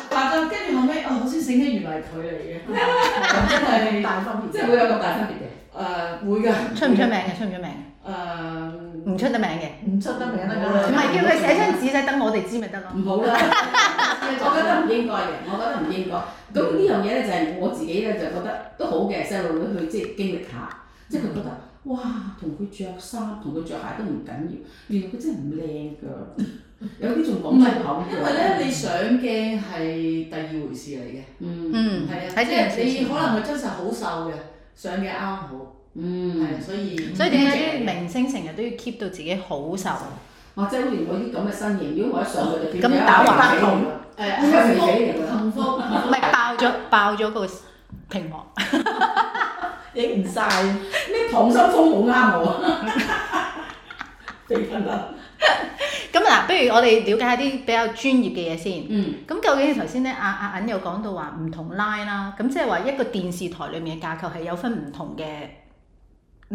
Speaker 5: 化妝跟住後尾哦，我先醒起原來係佢嚟嘅，咁真係
Speaker 3: 大分別。
Speaker 2: 即係會有咁大分別嘅。
Speaker 5: 誒會㗎，呃
Speaker 1: 出唔出名嘅？出唔出名？
Speaker 5: 誒。
Speaker 1: 唔出得名嘅，
Speaker 3: 唔出得名啦，
Speaker 1: 唔
Speaker 3: 梗
Speaker 1: 係叫佢寫張紙仔等我哋知咪得咯。
Speaker 2: 唔好啦，我覺得唔應該嘅，我覺得唔應該。咁呢樣嘢咧就係我自己咧就覺得都好嘅，細路女去即係經歷下，即係佢覺得哇，同佢着衫同佢着鞋都唔緊要，原來佢真係唔靚㗎，有啲仲講出口㗎。
Speaker 5: 因為咧，啊你上鏡係第二回事嚟嘅，
Speaker 2: 嗯
Speaker 1: 嗯，
Speaker 5: 係啊，
Speaker 1: 喺
Speaker 5: 即係
Speaker 1: 電視
Speaker 5: 你
Speaker 1: 前
Speaker 5: 可能佢真實好瘦嘅，上鏡啱好，係
Speaker 2: 嗯
Speaker 5: 啊，，所以
Speaker 1: 所以點解啲明星成日都要 keep 到自己好瘦？
Speaker 2: 哇！即係好似我啲咁嘅身形，如果我一上去就
Speaker 1: 咁打
Speaker 2: 橫
Speaker 1: 橫
Speaker 2: 嚟㗎，
Speaker 5: 誒
Speaker 2: 應該
Speaker 5: 幸
Speaker 2: 肥
Speaker 5: 福
Speaker 2: 肥嚟㗎。
Speaker 5: 幸福，
Speaker 1: 唔係爆咗爆咗個屏幕，
Speaker 3: 係影唔晒。
Speaker 2: 咩溏心風好啱我啊！肥粉啦，
Speaker 1: 咁嗱，不如我哋了解下啲比較專業嘅嘢先。
Speaker 2: 嗯
Speaker 1: 咁究竟頭先咧，阿阿銀有講到話唔同 line 啦，咁即係話一個電視台裏面嘅架構係有分唔同嘅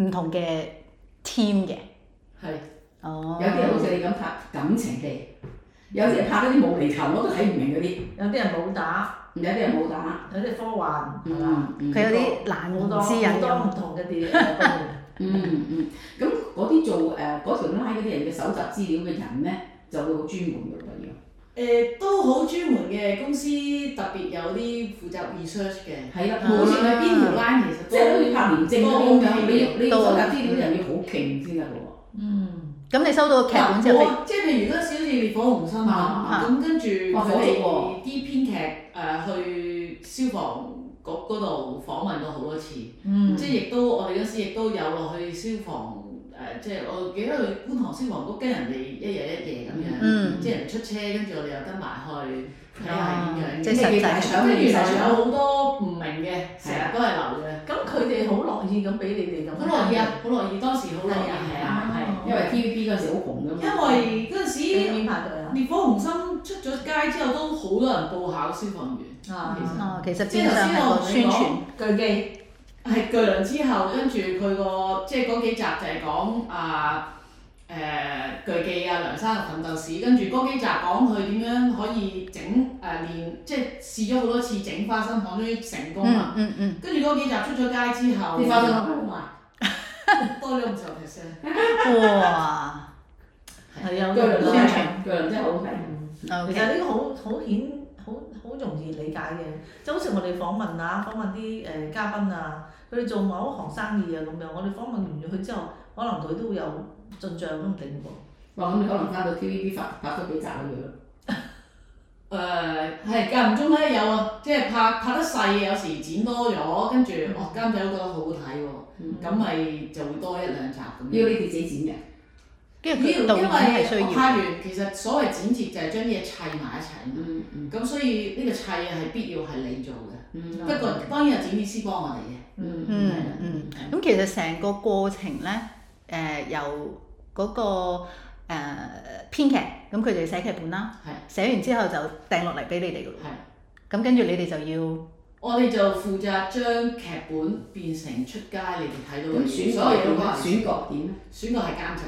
Speaker 1: 唔同嘅 team 嘅。
Speaker 5: 係
Speaker 1: 哦，
Speaker 2: 有啲人好似你咁拍感情戲，有啲人拍嗰啲無厘頭我都睇唔明嗰啲，
Speaker 3: 有啲人冇打，
Speaker 2: 有啲人冇打，
Speaker 3: 有啲科幻，係嘛？
Speaker 2: 嗯嗯
Speaker 1: 佢有啲難
Speaker 3: 好多
Speaker 1: 知
Speaker 3: 好
Speaker 1: 人
Speaker 3: 多唔
Speaker 1: 用。
Speaker 3: 同嘅電影。
Speaker 2: 嗯嗯，咁嗰啲做誒呃嗰條拉嗰啲人嘅搜集資料嘅人咧，就會好專門嘅喎要。
Speaker 5: 誒呃都好專門嘅公司，特別有啲負責 research 嘅，
Speaker 2: 係啦，嗯
Speaker 5: 無
Speaker 2: 好似
Speaker 5: 論係邊條 line 其實
Speaker 2: 即係好似
Speaker 5: 都
Speaker 2: 拍廉政嗰啲咁樣，你要你要搜集資料嘅人要好勁先得嘅喎。
Speaker 3: 嗯，
Speaker 1: 咁你收到個劇本之後，譬
Speaker 5: 我即係譬如嗰陣時好似烈火雄心啊
Speaker 2: 啊，
Speaker 5: 咁跟住
Speaker 2: 哇
Speaker 5: 我
Speaker 2: 好
Speaker 5: 哋
Speaker 2: 喎
Speaker 5: 啲編劇誒去消防局嗰度訪問過好多次。
Speaker 3: 嗯，
Speaker 5: 即係亦都我哋嗰時亦都有落去消防誒、即係我記得去觀塘消防局跟人哋一日一夜咁樣，
Speaker 1: 嗯
Speaker 5: 即係人哋出車，跟住我哋又跟埋去睇下點樣。
Speaker 1: 即係
Speaker 2: 你
Speaker 1: 實
Speaker 2: 幾
Speaker 1: 際。
Speaker 2: 大搶
Speaker 5: 跟住
Speaker 2: 你
Speaker 5: 原
Speaker 2: 大
Speaker 5: 來有
Speaker 2: 搶，
Speaker 5: 好多唔明嘅，成日都係啊流嘅。
Speaker 3: 咁佢哋好樂意咁俾你哋咁。
Speaker 5: 好樂意啊！！好樂意，當時好樂意，係啊，係。
Speaker 2: 因為 TVB 嗰陣時好紅㗎嘛。
Speaker 5: 因為嗰陣時
Speaker 3: 表演派對啊。
Speaker 5: 烈火雄心出咗街之後，都好多人報考消防員。
Speaker 3: 啊，
Speaker 1: 哦，其實
Speaker 5: 即係
Speaker 1: 變
Speaker 5: 頭
Speaker 1: 相
Speaker 5: 先
Speaker 1: 係
Speaker 5: 我
Speaker 1: 個
Speaker 5: 同
Speaker 1: 宣
Speaker 5: 你
Speaker 1: 傳
Speaker 5: 講。
Speaker 3: 巨基。
Speaker 5: 係巨輪之後，跟住佢個即係嗰幾集就係講啊誒、巨記啊梁生嘅奮鬥史，跟住嗰幾集講佢點樣可以整誒、練，即係試咗好多次整花生糖，終於成功啦。
Speaker 1: 嗯嗯嗯，
Speaker 5: 跟住嗰幾集出咗街之後，
Speaker 2: 你發生好埋。
Speaker 5: <laughs> 多咗五十 percent。
Speaker 1: 嗯哇
Speaker 3: 係啊，
Speaker 2: 巨輪
Speaker 1: 都
Speaker 2: 真
Speaker 1: 宣
Speaker 2: 係
Speaker 1: 傳
Speaker 2: 巨輪真係好睇。
Speaker 3: 其
Speaker 1: ，OK，
Speaker 3: 實呢個好好顯好好容易理解嘅，即係好似我哋訪問啊，訪問啲誒、呃嘉賓啊，佢哋做某一行生意啊咁樣，我哋訪問完佢之後，可能佢都有進帳都唔定喎。
Speaker 2: 哇！咁你可能翻到 TVB 拍拍咗幾集咁樣。
Speaker 5: 誒呃係間唔中咧有啊，即係拍拍得細，有時剪多咗，跟住
Speaker 2: 嗯
Speaker 5: 哦監製都覺得好好睇喎，咁咪就會多一兩集咁樣。
Speaker 2: 要你哋自己剪嘅。
Speaker 1: 跟住
Speaker 5: 因
Speaker 1: 佢
Speaker 5: 為
Speaker 1: 導演係需
Speaker 5: 我拍
Speaker 1: 要，
Speaker 5: 完其實所謂剪接就係將啲嘢砌埋一齊嘛，
Speaker 2: 嗯嗯
Speaker 5: 咁所以呢個砌係必要係你做嘅。
Speaker 2: 嗯
Speaker 5: 不過當然係剪片師幫我哋嘅。
Speaker 2: 嗯
Speaker 1: 嗯
Speaker 5: 係啦
Speaker 1: 嗯
Speaker 5: 係啦
Speaker 1: 咁其實成個過程咧，誒、由嗰、個誒、編劇，咁佢哋寫劇本啦，
Speaker 5: 係
Speaker 1: 寫完之後就掟落嚟俾你哋噶
Speaker 5: 係。
Speaker 1: 咁跟住你哋就要
Speaker 5: 我哋就負責將劇本變成出街你哋睇到嘅
Speaker 2: 咁
Speaker 5: 嘢，
Speaker 2: 選
Speaker 5: 所
Speaker 2: 角
Speaker 5: 有
Speaker 2: 點
Speaker 5: 嘢都
Speaker 2: 咧？
Speaker 5: 係
Speaker 2: 選角點咧？
Speaker 5: 選角係監製。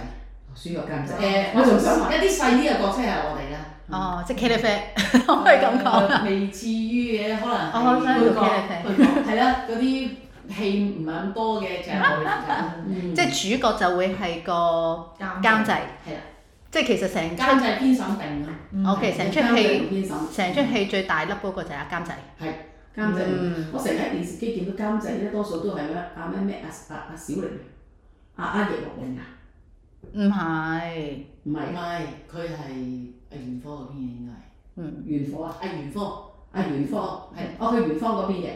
Speaker 2: 選角監
Speaker 5: 誒、
Speaker 2: 製。哦我仲想問，
Speaker 5: 一啲細啲嘅角色係我哋
Speaker 2: <laughs>
Speaker 5: 啦。
Speaker 1: 哦，即係茄喱啡，可 <laughs> 唔可以咁講？
Speaker 5: 誒未至於嘅，可能
Speaker 1: 我好想做
Speaker 5: 配角
Speaker 1: Kelly
Speaker 5: 配角係啦，嗰啲戲唔係咁多嘅就係我哋負責。
Speaker 2: 嗯
Speaker 1: 即係主角就會係個
Speaker 3: 監
Speaker 1: 監製，
Speaker 3: 製
Speaker 5: 係啦，
Speaker 1: 即係其實成
Speaker 5: 監
Speaker 1: 出
Speaker 5: 製編審定啊啦，
Speaker 3: 嗯
Speaker 1: OK 成出
Speaker 2: 監製
Speaker 1: 戲
Speaker 2: 同編
Speaker 1: 成
Speaker 2: 審
Speaker 1: 出戲最大粒嗰個就係阿監製。
Speaker 5: 係
Speaker 2: 監製。
Speaker 1: 嗯
Speaker 2: 我成日喺電視機見到監製咧，多數都係咩阿咩咩阿阿阿小玲，阿阿葉樂玲啊，
Speaker 1: 唔係，
Speaker 2: 唔係
Speaker 5: 唔係佢係阿元科嗰邊嘅應
Speaker 1: 嗯，
Speaker 2: 元火啊，
Speaker 5: 該係，阿元科
Speaker 2: 阿元科係，哦佢元科嗰邊嘅，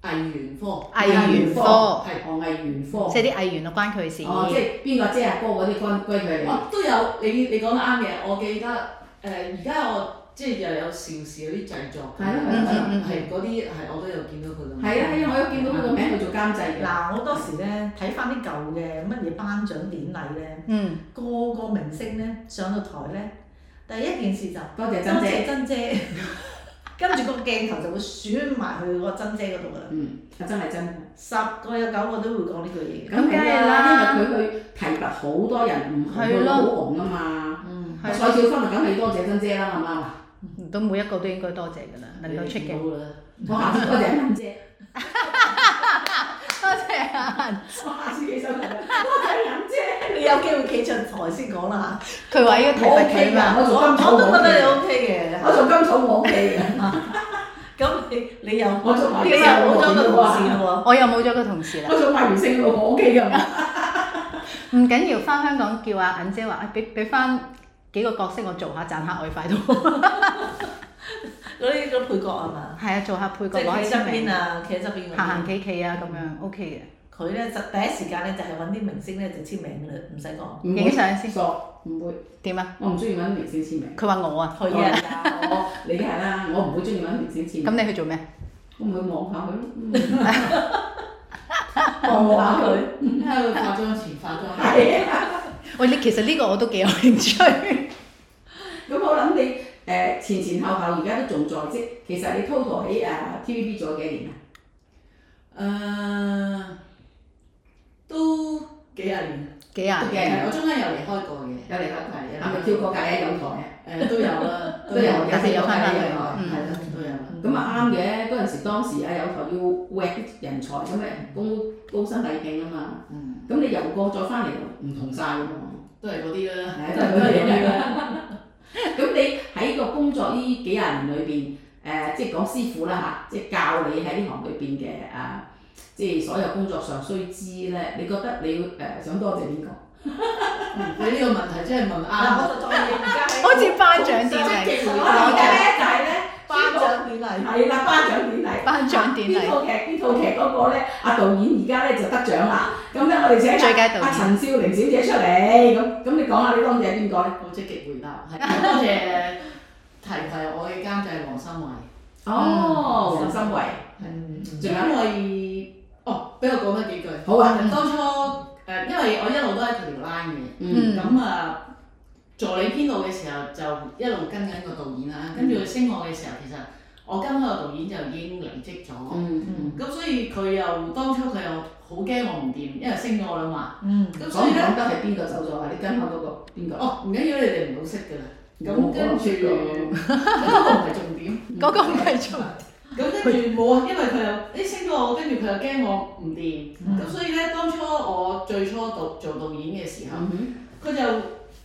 Speaker 5: 藝元科
Speaker 1: 藝員科，
Speaker 2: 哦
Speaker 5: 係，
Speaker 2: 藝元科，
Speaker 1: 即係啲藝員啊關佢事。
Speaker 2: 哦即係邊個姐阿哥嗰啲關歸佢嚟，
Speaker 5: 哦我都有你你講得啱嘅，我記得誒而家我即係又有邵氏嗰啲製作
Speaker 1: 嗯
Speaker 5: 嘅，
Speaker 2: 係咯係咯係
Speaker 1: 咯
Speaker 5: 係嗰啲係我都有見到佢咁。
Speaker 2: 係啊係啊，我有見到佢個名佢做監製嘅，
Speaker 3: 嗱，我當時咧睇翻啲舊嘅乜嘢頒獎典禮咧，
Speaker 1: 嗯，
Speaker 3: 個個明星咧上到台咧，第一件事就
Speaker 1: 嗯
Speaker 2: 多謝
Speaker 3: 多
Speaker 2: 珍
Speaker 3: 謝
Speaker 2: 姐，
Speaker 3: 珍姐， <laughs> 跟住個鏡頭就會選埋去個珍姐嗰度噶啦。
Speaker 2: 嗯，阿真係真，
Speaker 3: 十個有九個都會講呢句嘢嘅。
Speaker 1: 咁梗係啦
Speaker 2: 因為佢去提拔好多人，唔係
Speaker 1: 係
Speaker 2: 佢
Speaker 1: 咯
Speaker 2: 好紅啊嘛，
Speaker 5: 嗯，
Speaker 2: 蔡
Speaker 1: 係
Speaker 2: 少芬啊梗係多謝珍姐啦，係嘛？
Speaker 1: 都每一個都應該多謝㗎啦，能夠出
Speaker 5: 你
Speaker 1: 鏡。
Speaker 5: 見到啦。
Speaker 2: 我下次多謝珍姐。
Speaker 1: 多謝啊！
Speaker 2: 我下次幾想同佢，我係飲啫。
Speaker 3: 你有機會企上台先講啦嚇。
Speaker 1: 佢話要提拔佢嘛，
Speaker 2: 我做金草
Speaker 3: 我都覺得你
Speaker 2: 我
Speaker 3: OK 嘅。
Speaker 2: 做金草我 OK 嘅。
Speaker 3: 咁你你又
Speaker 2: 我做埋
Speaker 3: 你又
Speaker 2: 啲
Speaker 3: 冇咗個同事喎。
Speaker 1: 我又冇咗個同事啦。
Speaker 2: 我做埋完性路我 OK 嘅。
Speaker 1: 唔緊要，翻香港叫阿銀姐話：，啊俾俾翻幾個角色我做下，賺下外快
Speaker 3: <laughs>
Speaker 1: 都好。
Speaker 3: 嗰啲個配角係嘛？
Speaker 1: 係啊，做下配
Speaker 3: 即
Speaker 1: 角
Speaker 3: 係
Speaker 1: 攞
Speaker 3: 企
Speaker 1: 下
Speaker 3: 側
Speaker 1: 簽
Speaker 3: 邊
Speaker 1: 名，
Speaker 3: 啊，嗯企側邊嗰
Speaker 1: 行行
Speaker 3: 啲。
Speaker 1: 企企啊，咁樣 OK
Speaker 3: 佢咧就第一時間咧就係揾啲明星咧就簽名㗎啦，唔使講。
Speaker 1: 嘅。影相先
Speaker 2: 傻，唔會，
Speaker 1: 點啊？
Speaker 2: 我唔中意揾明星簽名。
Speaker 1: 佢話我啊，
Speaker 3: 佢
Speaker 2: <laughs>
Speaker 3: 啊，
Speaker 2: 我你梗係啦，我唔會中意揾明星簽
Speaker 1: 咁
Speaker 2: 名。
Speaker 1: 你去做咩？
Speaker 2: 我唔會望下佢咯。 <laughs>
Speaker 3: 望下佢。
Speaker 5: 喺度化妝前化妝後。
Speaker 2: 係啊，
Speaker 1: 喂，你其實呢個我都幾有興
Speaker 3: <laughs>
Speaker 1: 趣。
Speaker 2: 咁我諗你誒前前後後而家都仲在職，其實你 total 喺誒 TVB 做咗幾年啊？
Speaker 5: 誒、呃都幾廿年，
Speaker 1: 幾廿年
Speaker 2: 都啊幾廿年
Speaker 5: 我中間又離開過嘅，
Speaker 2: 有嚟啦，
Speaker 5: 係
Speaker 2: 係咪跳過界啊？有台啊？<laughs>
Speaker 5: 誒、都有啦，
Speaker 2: 都有
Speaker 1: 但係有翻返去
Speaker 2: 有台
Speaker 1: 嗯
Speaker 2: 係啦。
Speaker 5: 都啊有啦。
Speaker 2: 咁啊啱嘅，嗰陣時當時啊有台要搲人才咁咪高高薪禮敬啊嘛，
Speaker 5: 嗯，
Speaker 2: 咁你游過再翻嚟唔同晒喎，
Speaker 5: 都係嗰啲啦， <laughs>
Speaker 2: <laughs> 係
Speaker 5: 都
Speaker 2: 都係嗰啲
Speaker 5: 係嗰啲啦。
Speaker 2: <laughs> 咁你喺個工作呢幾廿年裏邊，誒、即係講師傅啦嚇，即係教你喺呢行裏邊嘅啊，即係所有工作上需知咧，你覺得你誒、呃想多謝邊個？
Speaker 5: 你呢個問題真係
Speaker 2: <laughs>
Speaker 5: 問
Speaker 3: 嗱，
Speaker 5: 啱。
Speaker 3: 我就再而家喺
Speaker 1: 好似頒獎典禮，
Speaker 5: 其實
Speaker 2: 我
Speaker 1: 我
Speaker 2: 嘅
Speaker 1: 嘅
Speaker 2: 咧就係咧
Speaker 3: 頒獎典禮。
Speaker 2: 係啦，頒獎典禮。啊
Speaker 1: 頒獎典
Speaker 2: 邊
Speaker 1: 禮
Speaker 2: 套劇邊套劇嗰個咧，阿導演而家咧就得獎啦。咁咧我哋請
Speaker 1: 最佳導
Speaker 2: 阿阿
Speaker 1: 演。
Speaker 2: 陳少玲小姐出嚟，咁咁你講下你當姐邊個咧？
Speaker 5: 好積極回答，係多謝提提我嘅監製黃生偉。
Speaker 2: 哦，黃心維，
Speaker 3: 嗯
Speaker 2: 仲有
Speaker 5: 因為哦，俾我講多幾句。
Speaker 2: 好啊，
Speaker 5: 當初誒、因為我一路都喺佢條 line 嘅。
Speaker 2: 嗯，
Speaker 5: 咁啊，助理編導嘅時候就一路跟緊個導演
Speaker 2: 嗯
Speaker 5: 啦，跟住佢升我嘅時候，其實我跟開個導演就已經離職咗，咁、
Speaker 2: 嗯，
Speaker 5: 所以佢又當初佢又好驚我唔掂，因為升咗我啦嘛，
Speaker 3: 嗯
Speaker 5: 咁
Speaker 2: 講
Speaker 5: 所以
Speaker 2: 唔
Speaker 5: 咧，
Speaker 2: 講得係邊個走咗啊？你跟開嗰個邊個？
Speaker 5: 哦唔緊要，你哋唔好識㗎啦，
Speaker 2: 我
Speaker 5: 咁
Speaker 2: 可能
Speaker 5: 跟住
Speaker 2: 識㗎
Speaker 5: 嗰個唔係重點，
Speaker 1: 嗰個唔係
Speaker 3: <laughs>
Speaker 1: 做，
Speaker 5: 咁跟住冇啊，因為佢又誒升咗我，跟住佢又驚我唔掂，
Speaker 3: 嗯
Speaker 5: 咁所以咧當初我最初導做導演嘅時候。
Speaker 2: 嗯
Speaker 5: 佢就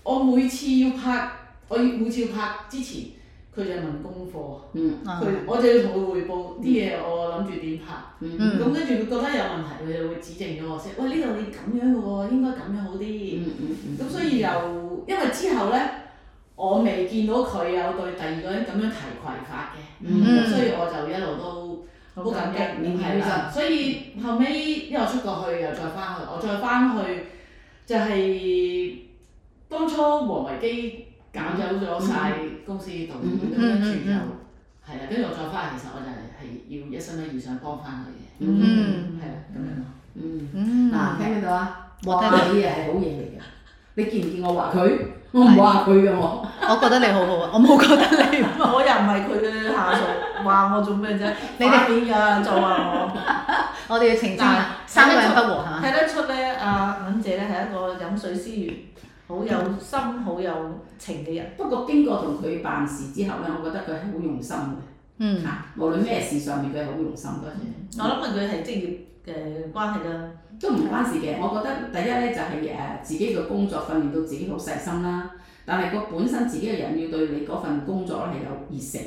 Speaker 5: 我每次要拍，我要每次要拍之前，佢就問功課，
Speaker 2: 哼嗯
Speaker 5: 佢、我就要同佢匯報啲嘢，我諗住點拍。
Speaker 2: 嗯
Speaker 5: 咁
Speaker 1: 嗯
Speaker 5: 跟住佢覺得有問題，佢就會指正咗我先。喂，呢度你咁樣嘅喎，應該咁樣好啲。
Speaker 2: 嗯嗯
Speaker 5: 咁、所以又因為之後咧，我未見到佢有對第二個人咁樣提攜法嘅，
Speaker 2: 嗯
Speaker 5: 咁所以我就一路都好感激，
Speaker 2: 嗯
Speaker 5: 係啦。所以後尾因為我出過去又再翻去，我再翻去就係、
Speaker 6: 當初黃維基搞走咗晒公司導演，咁
Speaker 1: 嗯
Speaker 6: 跟住就
Speaker 1: 嗯
Speaker 6: 係啦，跟住我再翻嚟，其實我就係係要一心一意想幫翻佢嘅，
Speaker 1: 嗯
Speaker 6: 係啦咁樣咯。
Speaker 2: 嗯，
Speaker 1: 嗯，
Speaker 2: 嗱，聽唔聽到啊？
Speaker 1: 我聽到
Speaker 2: 哇，你係好嘢嚟嘅，你見唔見我話佢？我唔話佢嘅我。
Speaker 1: 我覺得你好好啊，我冇覺得你。
Speaker 3: 啊
Speaker 4: 我又唔係佢嘅下屬，話我做咩啫？
Speaker 1: 你哋
Speaker 4: 反面㗎，就話
Speaker 1: 我哋要澄清啊，
Speaker 4: 嗱
Speaker 1: 三個人不和係
Speaker 4: 我
Speaker 1: 嘛？
Speaker 4: 睇得出咧，阿銀姐咧係一個飲水思源，好有心、好有情嘅人。
Speaker 2: 不過經過同佢辦事之後咧，我覺得佢係好用心嘅。
Speaker 1: 嗯
Speaker 2: 啊，無論咩事上面佢係好用心嘅，
Speaker 4: 我諗佢係職業嘅關係啦。
Speaker 2: 都唔關事嘅。我覺得第一咧就係、誒自己嘅工作訓練到自己好細心啦，但係個本身自己嘅人要對你嗰份工作咧係有熱誠、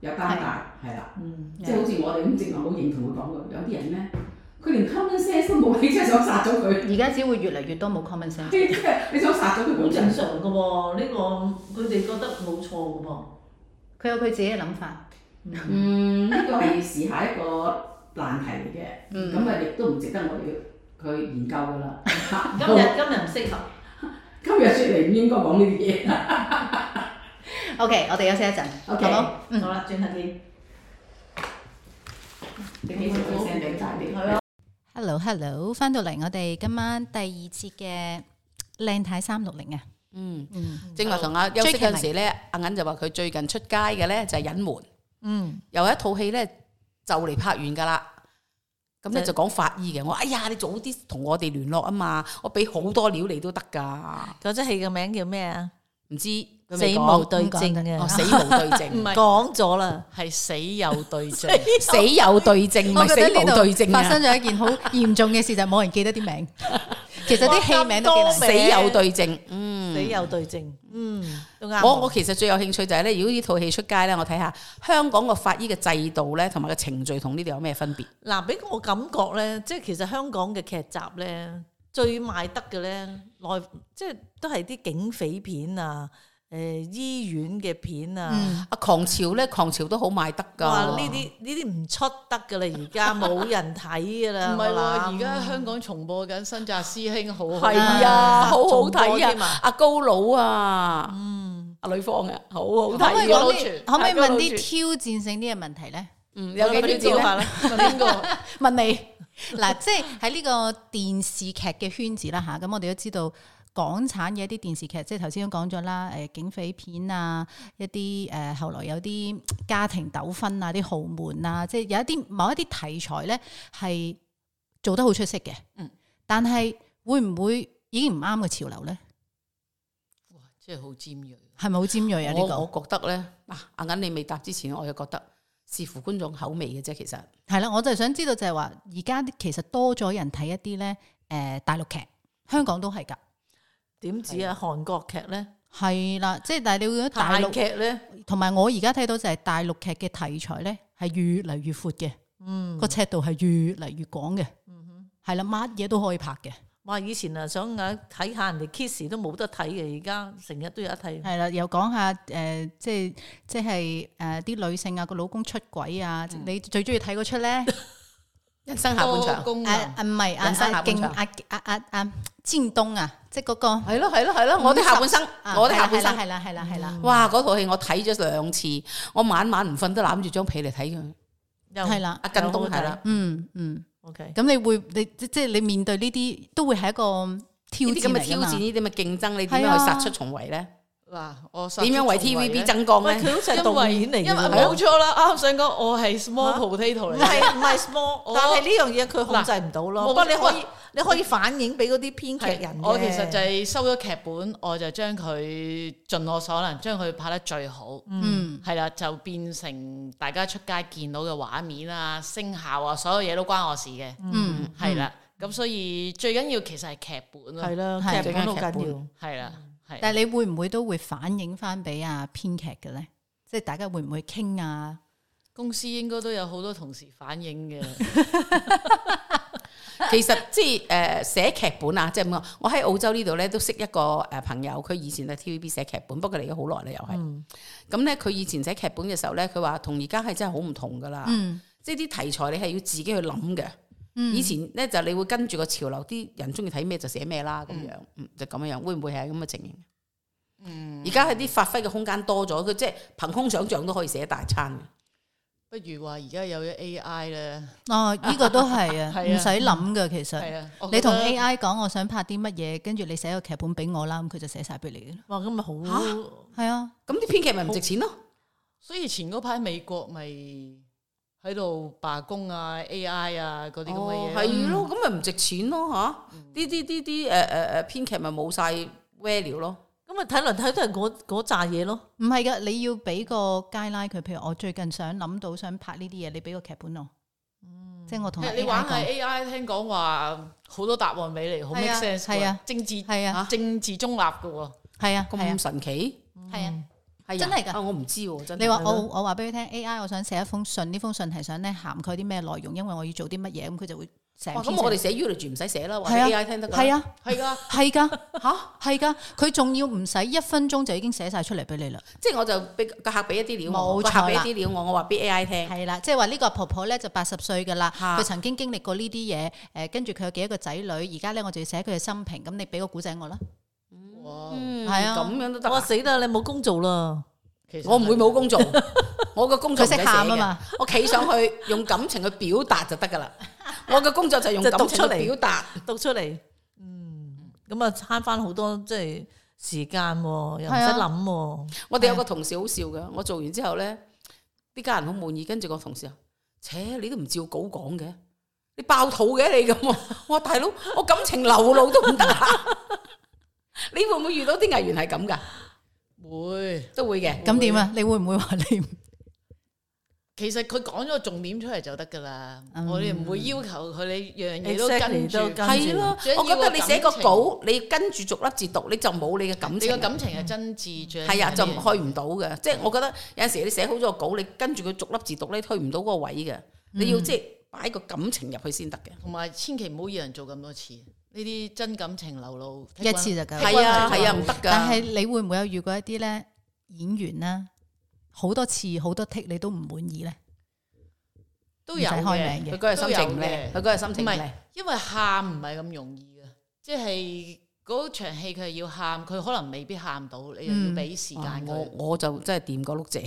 Speaker 2: 有擔大，係啦。
Speaker 4: 嗯，
Speaker 2: 即係好似我哋咁，正話好認同佢講嘅，有啲人咧，佢連 common sense 都冇，你真係想殺咗佢， <laughs>
Speaker 1: 而家只會越嚟越多冇 common sense。
Speaker 2: 即係你想殺咗佢
Speaker 4: 好
Speaker 2: 咁
Speaker 4: 正
Speaker 2: 樣。
Speaker 4: 常㗎喎，呢個佢哋覺得冇錯㗎喎。
Speaker 1: 佢有佢自己嘅諗法。
Speaker 2: 嗯，呢個係要試下一個難題嚟嘅，
Speaker 1: 嗯
Speaker 2: 咁啊亦都唔值得我哋去研究㗎啦。
Speaker 4: 今日今日唔適合。
Speaker 2: 今日雪嚟唔應該講呢啲嘢。
Speaker 1: OK，我哋休息一陣
Speaker 2: OK
Speaker 1: 好冇？嗯
Speaker 4: 好啦，轉下見。
Speaker 2: 你幾時會 send 俾大啲？
Speaker 4: 係啊
Speaker 1: Hello Hello，翻到嚟我哋今晚第二節嘅靚太三六零啊。
Speaker 7: 嗯，
Speaker 1: 嗯
Speaker 7: 正話同阿休息嗰陣
Speaker 1: Jackie
Speaker 7: 時咧，阿銀就話佢最近出街嘅咧就係隱瞞，
Speaker 1: 嗯，
Speaker 7: 有一套戲咧就嚟拍完㗎啦。咁咧
Speaker 1: 就
Speaker 7: 就講法醫嘅，我話哎呀，你早啲同我哋聯絡啊嘛，我俾好多料你都得㗎，
Speaker 4: 嗰出戲嘅名叫咩啊？
Speaker 7: 唔知佢
Speaker 4: 死
Speaker 7: 未
Speaker 4: 無
Speaker 7: 講
Speaker 4: 對證
Speaker 7: 哦，
Speaker 4: 嘅，
Speaker 7: 死無對
Speaker 4: <laughs>
Speaker 7: 證，
Speaker 4: 講咗啦。
Speaker 7: 係死有對證，死有對證，唔係 <laughs> 死無對證
Speaker 1: 發
Speaker 7: 啊
Speaker 1: 生，咗一件好嚴重嘅事，就係冇人記得啲
Speaker 7: <laughs>
Speaker 1: 名。其實啲戲名都幾
Speaker 4: 哇
Speaker 1: 難
Speaker 4: 咁多
Speaker 7: 死有對證，嗯，
Speaker 4: 死有對證，嗯，都啱。
Speaker 7: 我我其實最有興趣就係咧，如果呢套戲出街咧，我睇下香港個法醫嘅制度咧，同埋個程序同呢度有咩分別？
Speaker 4: 嗱，俾我感覺咧，即係其實香港嘅劇集咧，最賣得嘅咧，內即係都係啲警匪片啊，誒、醫院嘅片啊，
Speaker 1: 嗯
Speaker 7: 啊，狂潮咧，狂潮都好賣得㗎。
Speaker 4: 哇！呢啲呢啲唔出得噶啦，而
Speaker 7: <laughs>
Speaker 4: 家冇人睇噶啦。
Speaker 5: 唔
Speaker 7: 啊
Speaker 5: 係喎，
Speaker 4: 我諗
Speaker 5: 而家香港重播緊新澤師兄好好
Speaker 7: 係啊，好好睇啊！阿高佬啊，
Speaker 4: 嗯，
Speaker 7: 阿女方啊，好好
Speaker 1: 可唔可以
Speaker 7: 睇啊！
Speaker 1: 講
Speaker 5: 大家
Speaker 1: 啲
Speaker 5: 撈住
Speaker 1: 可唔可以問
Speaker 5: 大家撈
Speaker 1: 啲
Speaker 5: 住
Speaker 1: 挑戰性啲嘅問題咧？
Speaker 7: 嗯，有幾
Speaker 5: 啲
Speaker 7: 條
Speaker 5: 做
Speaker 7: 字
Speaker 5: 法
Speaker 7: 咧？
Speaker 5: 咧？問邊個？
Speaker 1: <laughs> 問你嗱，即係喺呢個電視劇嘅圈子啦吓，咁我哋都知道港產嘅一啲電視劇，即係頭先都講咗啦，誒、警匪片啊，一啲誒、呃、後來有啲家庭糾紛啊，啲豪門啊，即係有一啲某一啲題材咧係做得好出色嘅，
Speaker 5: 嗯，
Speaker 1: 但係會唔會已經唔啱嘅潮流咧？
Speaker 5: 哇，真係好尖鋭。
Speaker 1: 係咪好尖鋭啊？呢、
Speaker 7: 我
Speaker 1: 個
Speaker 7: 我覺得咧，嗱，阿銀你未答之前，我就覺得視乎觀眾口味嘅啫，其實。
Speaker 1: 係啦，我就係想知道就係話，而家其實多咗人睇一啲咧，誒、大陸劇，香港都係㗎，
Speaker 4: 點止啊？韓國劇咧、
Speaker 1: 係啦，即係但係你會覺得大
Speaker 4: 大
Speaker 1: 陸。
Speaker 4: 劇咧，
Speaker 1: 同埋我而家睇到就係大陸劇嘅題材咧，係越嚟越闊嘅，
Speaker 4: 嗯
Speaker 1: 個、，尺度係越嚟越廣嘅，係啦、乜嘢都可以拍嘅，
Speaker 4: 哇！以前啊，想眼睇下人哋 kiss 都冇得睇嘅，而家成日都有得睇。
Speaker 1: 係啦，又講下誒、呃即係即係誒啲女性啊，個老公出軌啊，你最中意睇嗰出咧？
Speaker 7: 人生下半
Speaker 5: 多
Speaker 7: 場，
Speaker 1: 誒
Speaker 5: 功能
Speaker 1: 啊唔係啊
Speaker 7: 人生
Speaker 1: 啊
Speaker 7: 下半
Speaker 1: 勁
Speaker 7: 場
Speaker 1: 啊啊啊啊靳東啊，即係嗰個
Speaker 7: 係咯係咯係咯，我啲下半生，
Speaker 1: 啊
Speaker 7: 我啲下半
Speaker 1: 係啦
Speaker 7: 生。
Speaker 1: 係啦係啦係啦
Speaker 7: 哇！嗰套戲我睇咗兩次，我晚晚唔瞓都攬住張被嚟睇佢。
Speaker 4: 又
Speaker 1: 係啦，
Speaker 7: 阿近
Speaker 4: 又好
Speaker 7: 東係啦
Speaker 4: 睇。
Speaker 1: 嗯嗯，
Speaker 4: OK，
Speaker 1: 咁你會你即即係你面對呢啲都會係一個挑
Speaker 7: 呢啲咁
Speaker 1: 戰嚟
Speaker 7: 嘅挑
Speaker 1: 㗎嘛
Speaker 7: 戰，呢啲咁嘅競爭，你點
Speaker 1: 係啊
Speaker 7: 樣去殺出重圍咧？
Speaker 5: 嗱，我
Speaker 7: 點樣為 TVB 增光
Speaker 4: 喂，
Speaker 7: <laughs> 咧？
Speaker 4: 佢好似
Speaker 5: 因
Speaker 4: 係
Speaker 5: 為
Speaker 4: 導演嚟
Speaker 5: 因為
Speaker 4: 㗎喎
Speaker 5: 冇錯啦，啱想講我係
Speaker 4: 嚇
Speaker 5: small potato 嚟
Speaker 4: 唔
Speaker 5: 嘅。
Speaker 4: 係唔係 small，
Speaker 5: 我
Speaker 4: 但係呢樣嘢佢控制唔到咯。
Speaker 5: 嗱
Speaker 4: 不過你
Speaker 5: 我
Speaker 4: 可以你可以反映俾嗰啲編劇人嘅
Speaker 5: 我其實就係收咗劇本，我就將佢盡我所能，將佢拍得最好。
Speaker 1: 嗯
Speaker 5: 係啦，就變成大家出街見到嘅畫面啊、聲效啊，所有嘢都關我事嘅。
Speaker 1: 嗯
Speaker 5: 係啦，咁所以最緊要其實係劇本
Speaker 4: 係
Speaker 5: 咯。
Speaker 4: 啦，
Speaker 1: 係
Speaker 4: 劇本好
Speaker 7: 最緊要劇
Speaker 4: 緊
Speaker 7: 本
Speaker 4: 要。
Speaker 5: 係啦，
Speaker 7: 嗯
Speaker 5: 係。
Speaker 1: 但係你會唔會都會反映翻俾啊編劇嘅咧？即係大家會唔會傾啊？
Speaker 5: 公司應該都有好多同事反映嘅，
Speaker 7: 其實即係誒寫劇本啊，即係咁講。我喺澳洲呢度咧都識一個誒朋友，佢以前喺 TVB 寫劇本，不過嚟咗好耐啦，又係。嗯咁咧佢以前寫劇本嘅時候咧，佢話同而家係真係好唔同噶啦。
Speaker 1: 嗯
Speaker 7: 即係啲題材你係要自己去諗嘅。
Speaker 1: 嗯
Speaker 7: 以前咧就你會跟住個潮流，啲人中意睇咩就寫咩啦，咁樣，嗯就咁樣樣，會唔會係咁嘅情形？
Speaker 4: 嗯，
Speaker 7: 而家係啲發揮嘅空間多咗，佢即係憑空想像都可以寫大餐嘅。
Speaker 4: 不如話而家有咗 AI 咧，
Speaker 1: 哦，呢個都係啊，
Speaker 4: 係
Speaker 1: 唔
Speaker 4: 啊
Speaker 1: 使諗噶，其實。
Speaker 4: 係啊，我
Speaker 1: 你同
Speaker 4: 覺得
Speaker 1: AI 講我想拍啲乜嘢，跟住你寫個劇本俾我啦，咁佢就寫晒俾你嘅啦。
Speaker 3: 哇，咁咪好
Speaker 7: 嚇
Speaker 1: 係啊，
Speaker 7: 咁啲編劇咪唔值錢咯？
Speaker 4: 所以前嗰排美國咪喺度罷工啊、AI 啊嗰啲咁嘅嘢咯，
Speaker 7: 哦係咯，咁咪唔值錢咯嚇？
Speaker 1: 嗯
Speaker 7: 呢啲啲啲誒誒誒編劇咪冇晒 value 咯。
Speaker 3: 咁咪睇嚟睇都係嗰嗰扎嘢咯。
Speaker 1: 唔係噶，你要俾個 guideline 佢，譬如我最近想諗到想拍呢啲嘢，你俾個劇本我，即係我同
Speaker 4: 係
Speaker 1: AI
Speaker 4: <laughs> 你玩下
Speaker 1: 講
Speaker 4: AI，聽講話好多答案俾你，好
Speaker 1: 係
Speaker 4: make
Speaker 1: 啊
Speaker 4: sense 㗎
Speaker 1: 係啊
Speaker 4: 政治
Speaker 1: 係啊
Speaker 4: 政治中立嘅
Speaker 3: <laughs>
Speaker 4: 喎，
Speaker 1: 係啊係啊
Speaker 7: 咁神奇，
Speaker 1: 係啊。
Speaker 7: 係啊
Speaker 1: 真係㗎
Speaker 7: 啊我唔知喎，真係。
Speaker 1: 你話哦
Speaker 3: 係咯
Speaker 1: 我我話俾佢聽 A.I. 我想寫一封信，呢封信係想咧涵蓋啲咩內容，因為我要做啲乜嘢，咁佢就會成
Speaker 7: 哇
Speaker 1: 篇寫。
Speaker 7: 咁我哋寫 eulogy 唔使寫啦，話
Speaker 1: 係啊
Speaker 7: 俾 AI 聽得㗎啦。
Speaker 1: 係啊
Speaker 4: 係㗎。
Speaker 1: 係噶
Speaker 7: 嚇，
Speaker 1: 係噶，佢仲要唔使一分鐘就已經寫晒出嚟俾你啦。
Speaker 7: 即係我就俾個客俾一啲料我，
Speaker 1: 冇
Speaker 7: 個
Speaker 1: 錯
Speaker 7: 客
Speaker 1: 啦
Speaker 7: 俾一啲料我，我話俾 AI 聽。
Speaker 1: 係啦，即係話呢個婆婆咧就八十歲噶啦，
Speaker 7: 嚇
Speaker 1: 佢曾經經歷過呢啲嘢，誒跟住佢有幾多個仔女，而家咧我就要寫佢嘅生平，咁你俾個古仔我啦。
Speaker 4: 哇！
Speaker 7: 嗯
Speaker 1: 係啊
Speaker 7: 咁樣都得
Speaker 3: 哇
Speaker 7: 啊。
Speaker 3: 死啦！你冇工做啦，
Speaker 4: 其實
Speaker 7: 我唔會
Speaker 1: <laughs>
Speaker 7: 冇工做，我個工作
Speaker 1: 佢
Speaker 7: 唔使
Speaker 1: 識
Speaker 7: 寫
Speaker 1: 喊啊
Speaker 7: 嘅。
Speaker 1: 嘛，
Speaker 7: 我企上去用感情去表達就得㗎啦。我嘅工作就係用
Speaker 3: 就讀
Speaker 7: 感情
Speaker 3: 出嚟
Speaker 7: 去表達。
Speaker 3: 讀出嚟，嗯，咁啊慳翻好多即係時間喎，又唔
Speaker 1: 係
Speaker 3: 使
Speaker 1: 啊
Speaker 3: 諗喎。
Speaker 7: 我哋有個同事好笑嘅，我做完之後咧，啲家人好滿意，跟住個同事話：，切，你都唔照稿講嘅，你爆肚嘅你咁喎。 <laughs> 我話大佬，我感情流露都唔得啊！ <laughs> 你會唔會遇到啲藝員係咁㗎？
Speaker 4: 會。
Speaker 7: 都會嘅。
Speaker 1: 咁點啊？你會唔會話你唔？
Speaker 4: 其實佢講咗個重點出嚟就得㗎啦。
Speaker 1: 嗯
Speaker 4: 我哋唔會要求佢你樣嘢都
Speaker 3: Exactly，
Speaker 4: 跟住。
Speaker 3: 都跟
Speaker 7: 係咯，
Speaker 4: 最緊要
Speaker 7: 我覺得你寫
Speaker 4: 個
Speaker 7: 個
Speaker 4: 感情
Speaker 7: 稿，你跟住逐粒字讀，你就冇你嘅感
Speaker 4: 你
Speaker 7: 情
Speaker 4: 個
Speaker 7: 啦。
Speaker 4: 感情係真摯最緊要
Speaker 7: 係啊，就
Speaker 4: 係
Speaker 7: 去唔到嘅。即係我覺得有陣時你寫好咗個稿，你跟住佢逐粒字讀咧，去唔到嗰個位嘅。你要即係擺個感情入去先得嘅。
Speaker 4: 同埋千祈唔好要人做咁多次。呢啲真感情流露
Speaker 1: 一次就夠啦
Speaker 7: 係啊，係啊，唔
Speaker 4: 唔得。
Speaker 7: 得㗎。
Speaker 1: 但係你會唔會有遇過一啲咧演員咧好多次好多 take 你都唔滿
Speaker 7: <laughs>
Speaker 1: 意咧？
Speaker 4: 都有
Speaker 1: 唔使開名
Speaker 4: 嘅。
Speaker 7: 佢嗰日心情唔
Speaker 4: 都有
Speaker 7: 靚，
Speaker 4: 嘅
Speaker 7: 佢嗰日心情唔
Speaker 4: 唔
Speaker 7: 靚，
Speaker 4: 因為喊唔係咁容易嘅，即係嗰場戲佢係要喊，佢可能未必喊到，你又要俾時
Speaker 7: 嗯哇
Speaker 4: 間
Speaker 7: 我
Speaker 4: 佢。
Speaker 7: 我就真係掂過碌蔗。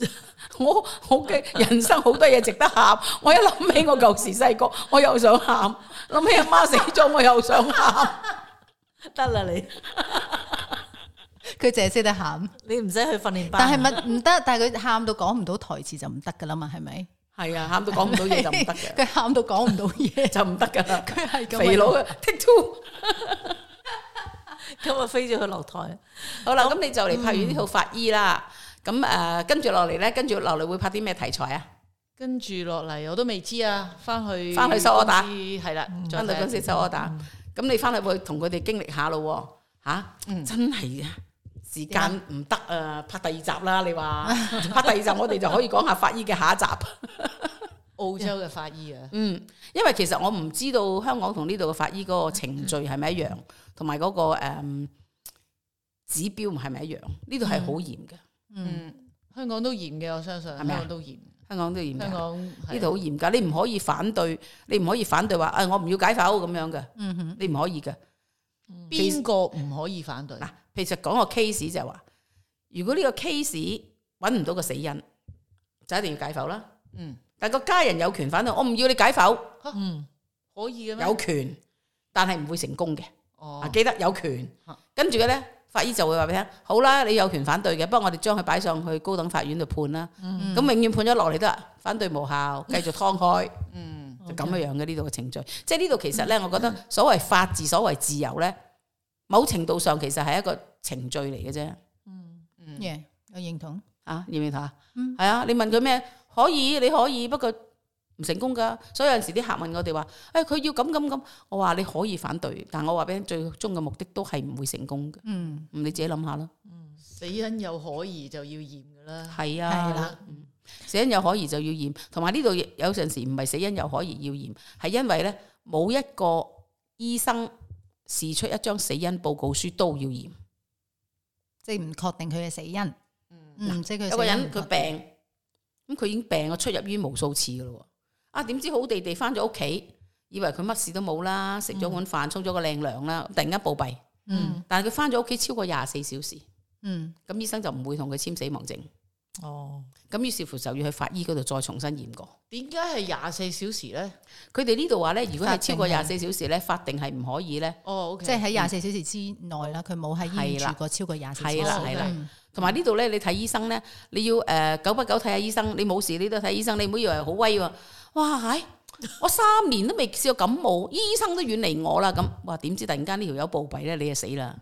Speaker 7: <laughs> 我好嘅人生好多嘢值得喊，我一諗起我舊時細個，我又想喊；諗起阿媽死咗，我又想喊。
Speaker 3: 得啦你，
Speaker 1: 佢淨係識得喊，
Speaker 3: 你唔使去訓練班。
Speaker 1: 但係咪唔得？但係佢喊到講唔到台詞就唔得噶啦嘛，係咪？
Speaker 7: 係啊，喊到講唔到嘢就唔得
Speaker 1: <laughs>
Speaker 7: 嘅，
Speaker 1: 佢喊到講唔到嘢，
Speaker 7: 就唔得㗎啦。
Speaker 1: 佢係咁。
Speaker 7: 肥佬嘅 take two。
Speaker 3: 今日飛咗去落台，
Speaker 7: 好啦，咁你就嚟拍完呢套法醫啦。咁誒、呃跟住落嚟咧，跟住落嚟會拍啲咩題材啊？
Speaker 4: 跟住落嚟我都未知啊，翻去
Speaker 7: 返去收 order
Speaker 4: 係啦，再
Speaker 7: 翻嗯到
Speaker 4: 睇
Speaker 7: 公司收 order，咁你翻去會同佢哋經歷下咯喎，嚇，
Speaker 4: 嗯
Speaker 7: 真係啊！時間唔得啊，拍第二集啦！你話拍第二集，我哋就可以講下法醫嘅下一集。
Speaker 4: 澳洲嘅法醫啊，
Speaker 7: 嗯，因為其實我唔知道香港同呢度嘅法醫嗰個程序係咪一樣，同埋嗰個誒指標係咪一樣？呢度係好嚴嘅，
Speaker 1: 嗯，
Speaker 4: 嗯，香港都嚴嘅，我相信
Speaker 7: 係
Speaker 4: 香
Speaker 7: 咪啊
Speaker 4: 港都嚴，
Speaker 7: 香港都嚴㗎。
Speaker 4: 香港
Speaker 7: 呢
Speaker 4: 呢
Speaker 7: 度好嚴格，你唔可以反對，你唔可以反對話，啊、我唔要解剖咁樣嘅，
Speaker 1: 嗯哼。
Speaker 7: 你唔可以嘅。
Speaker 4: 邊個唔可以反對？
Speaker 7: 嗱，其實講個 case 就係話，如果呢個 case 揾唔到個死因，就一定要解剖啦。
Speaker 4: 嗯，
Speaker 7: 但個家人有權反對，我唔要你解剖，
Speaker 3: 嗯，
Speaker 4: 可以嘅
Speaker 1: 啊
Speaker 4: 咩？
Speaker 7: 有權，但係唔會成功嘅。
Speaker 4: 哦
Speaker 7: 啊，，記得有權
Speaker 4: 嚇。
Speaker 7: 跟住嘅咧，法醫就會話俾你聽，好啦，你有權反對嘅，不過我哋將佢擺上去高等法院度判啦。
Speaker 4: 嗯
Speaker 7: 咁永遠判咗落嚟都係反對無
Speaker 4: <laughs>
Speaker 7: 效，繼續劏開。
Speaker 4: 嗯，
Speaker 7: 就咁樣樣嘅呢度嘅程序，即係呢度其實咧，我覺得所謂法治、所謂自由咧，某程度上其實係一個程序嚟嘅啫。
Speaker 4: 嗯
Speaker 1: Yeah，我認同。
Speaker 7: 啊，認唔認同啊？
Speaker 1: 嗯
Speaker 7: 係啊，你問佢咩？可以，你可以，不過唔成功噶。所以有陣時啲客問我哋話：，誒、佢要咁咁咁。我話你可以反對，但我話俾你聽，最終嘅目的都係唔會成功嘅。
Speaker 1: 嗯，
Speaker 7: 咁你自己諗下啦。
Speaker 4: 死因有可疑就要驗噶啦。
Speaker 7: 係
Speaker 1: 係
Speaker 7: 啊
Speaker 1: 啦。
Speaker 7: 嗯死因有可疑就要驗，同埋呢度有陣時唔係死因有可疑要驗，係因為咧冇一個醫生試出一張死因報告書都要驗。
Speaker 1: 即係唔確定佢嘅死因。嗯，即係佢
Speaker 7: 有
Speaker 1: 個
Speaker 7: 個人佢病，咁佢已經病咗出入醫院無數次噶咯喎。啊，點知好地地翻咗屋企，以為佢乜事都冇啦，食咗碗飯，沖咗個靚涼啦，突然間暴斃。
Speaker 1: 嗯
Speaker 7: 但係佢翻咗屋企超過廿四小時，
Speaker 1: 嗯，
Speaker 7: 咁醫生就唔會同佢簽死亡證。
Speaker 4: 哦，
Speaker 7: 咁於是乎就要去法醫嗰度再重新驗過。
Speaker 4: 點解係廿四小時咧？
Speaker 7: 佢哋呢度話咧，如果係超過
Speaker 1: 法
Speaker 7: 廿
Speaker 1: 定
Speaker 7: 四小時咧，法定係唔可以咧。
Speaker 4: 哦，OK，
Speaker 1: 即係喺廿四小時之內啦，佢冇喺醫院
Speaker 7: 係啦
Speaker 1: 住過超過廿四小時。
Speaker 7: 係啦
Speaker 4: 哦
Speaker 7: 係啦
Speaker 1: 嗯
Speaker 7: 同埋呢度咧，你睇醫生咧，你要誒、呃久不久睇下醫生。你冇事你都睇醫生，你唔好以為好威喎。哇！唉我三年都未試過感冒，醫生都遠離我啦。咁哇，點知突然間呢條友暴斃咧，你就死啦！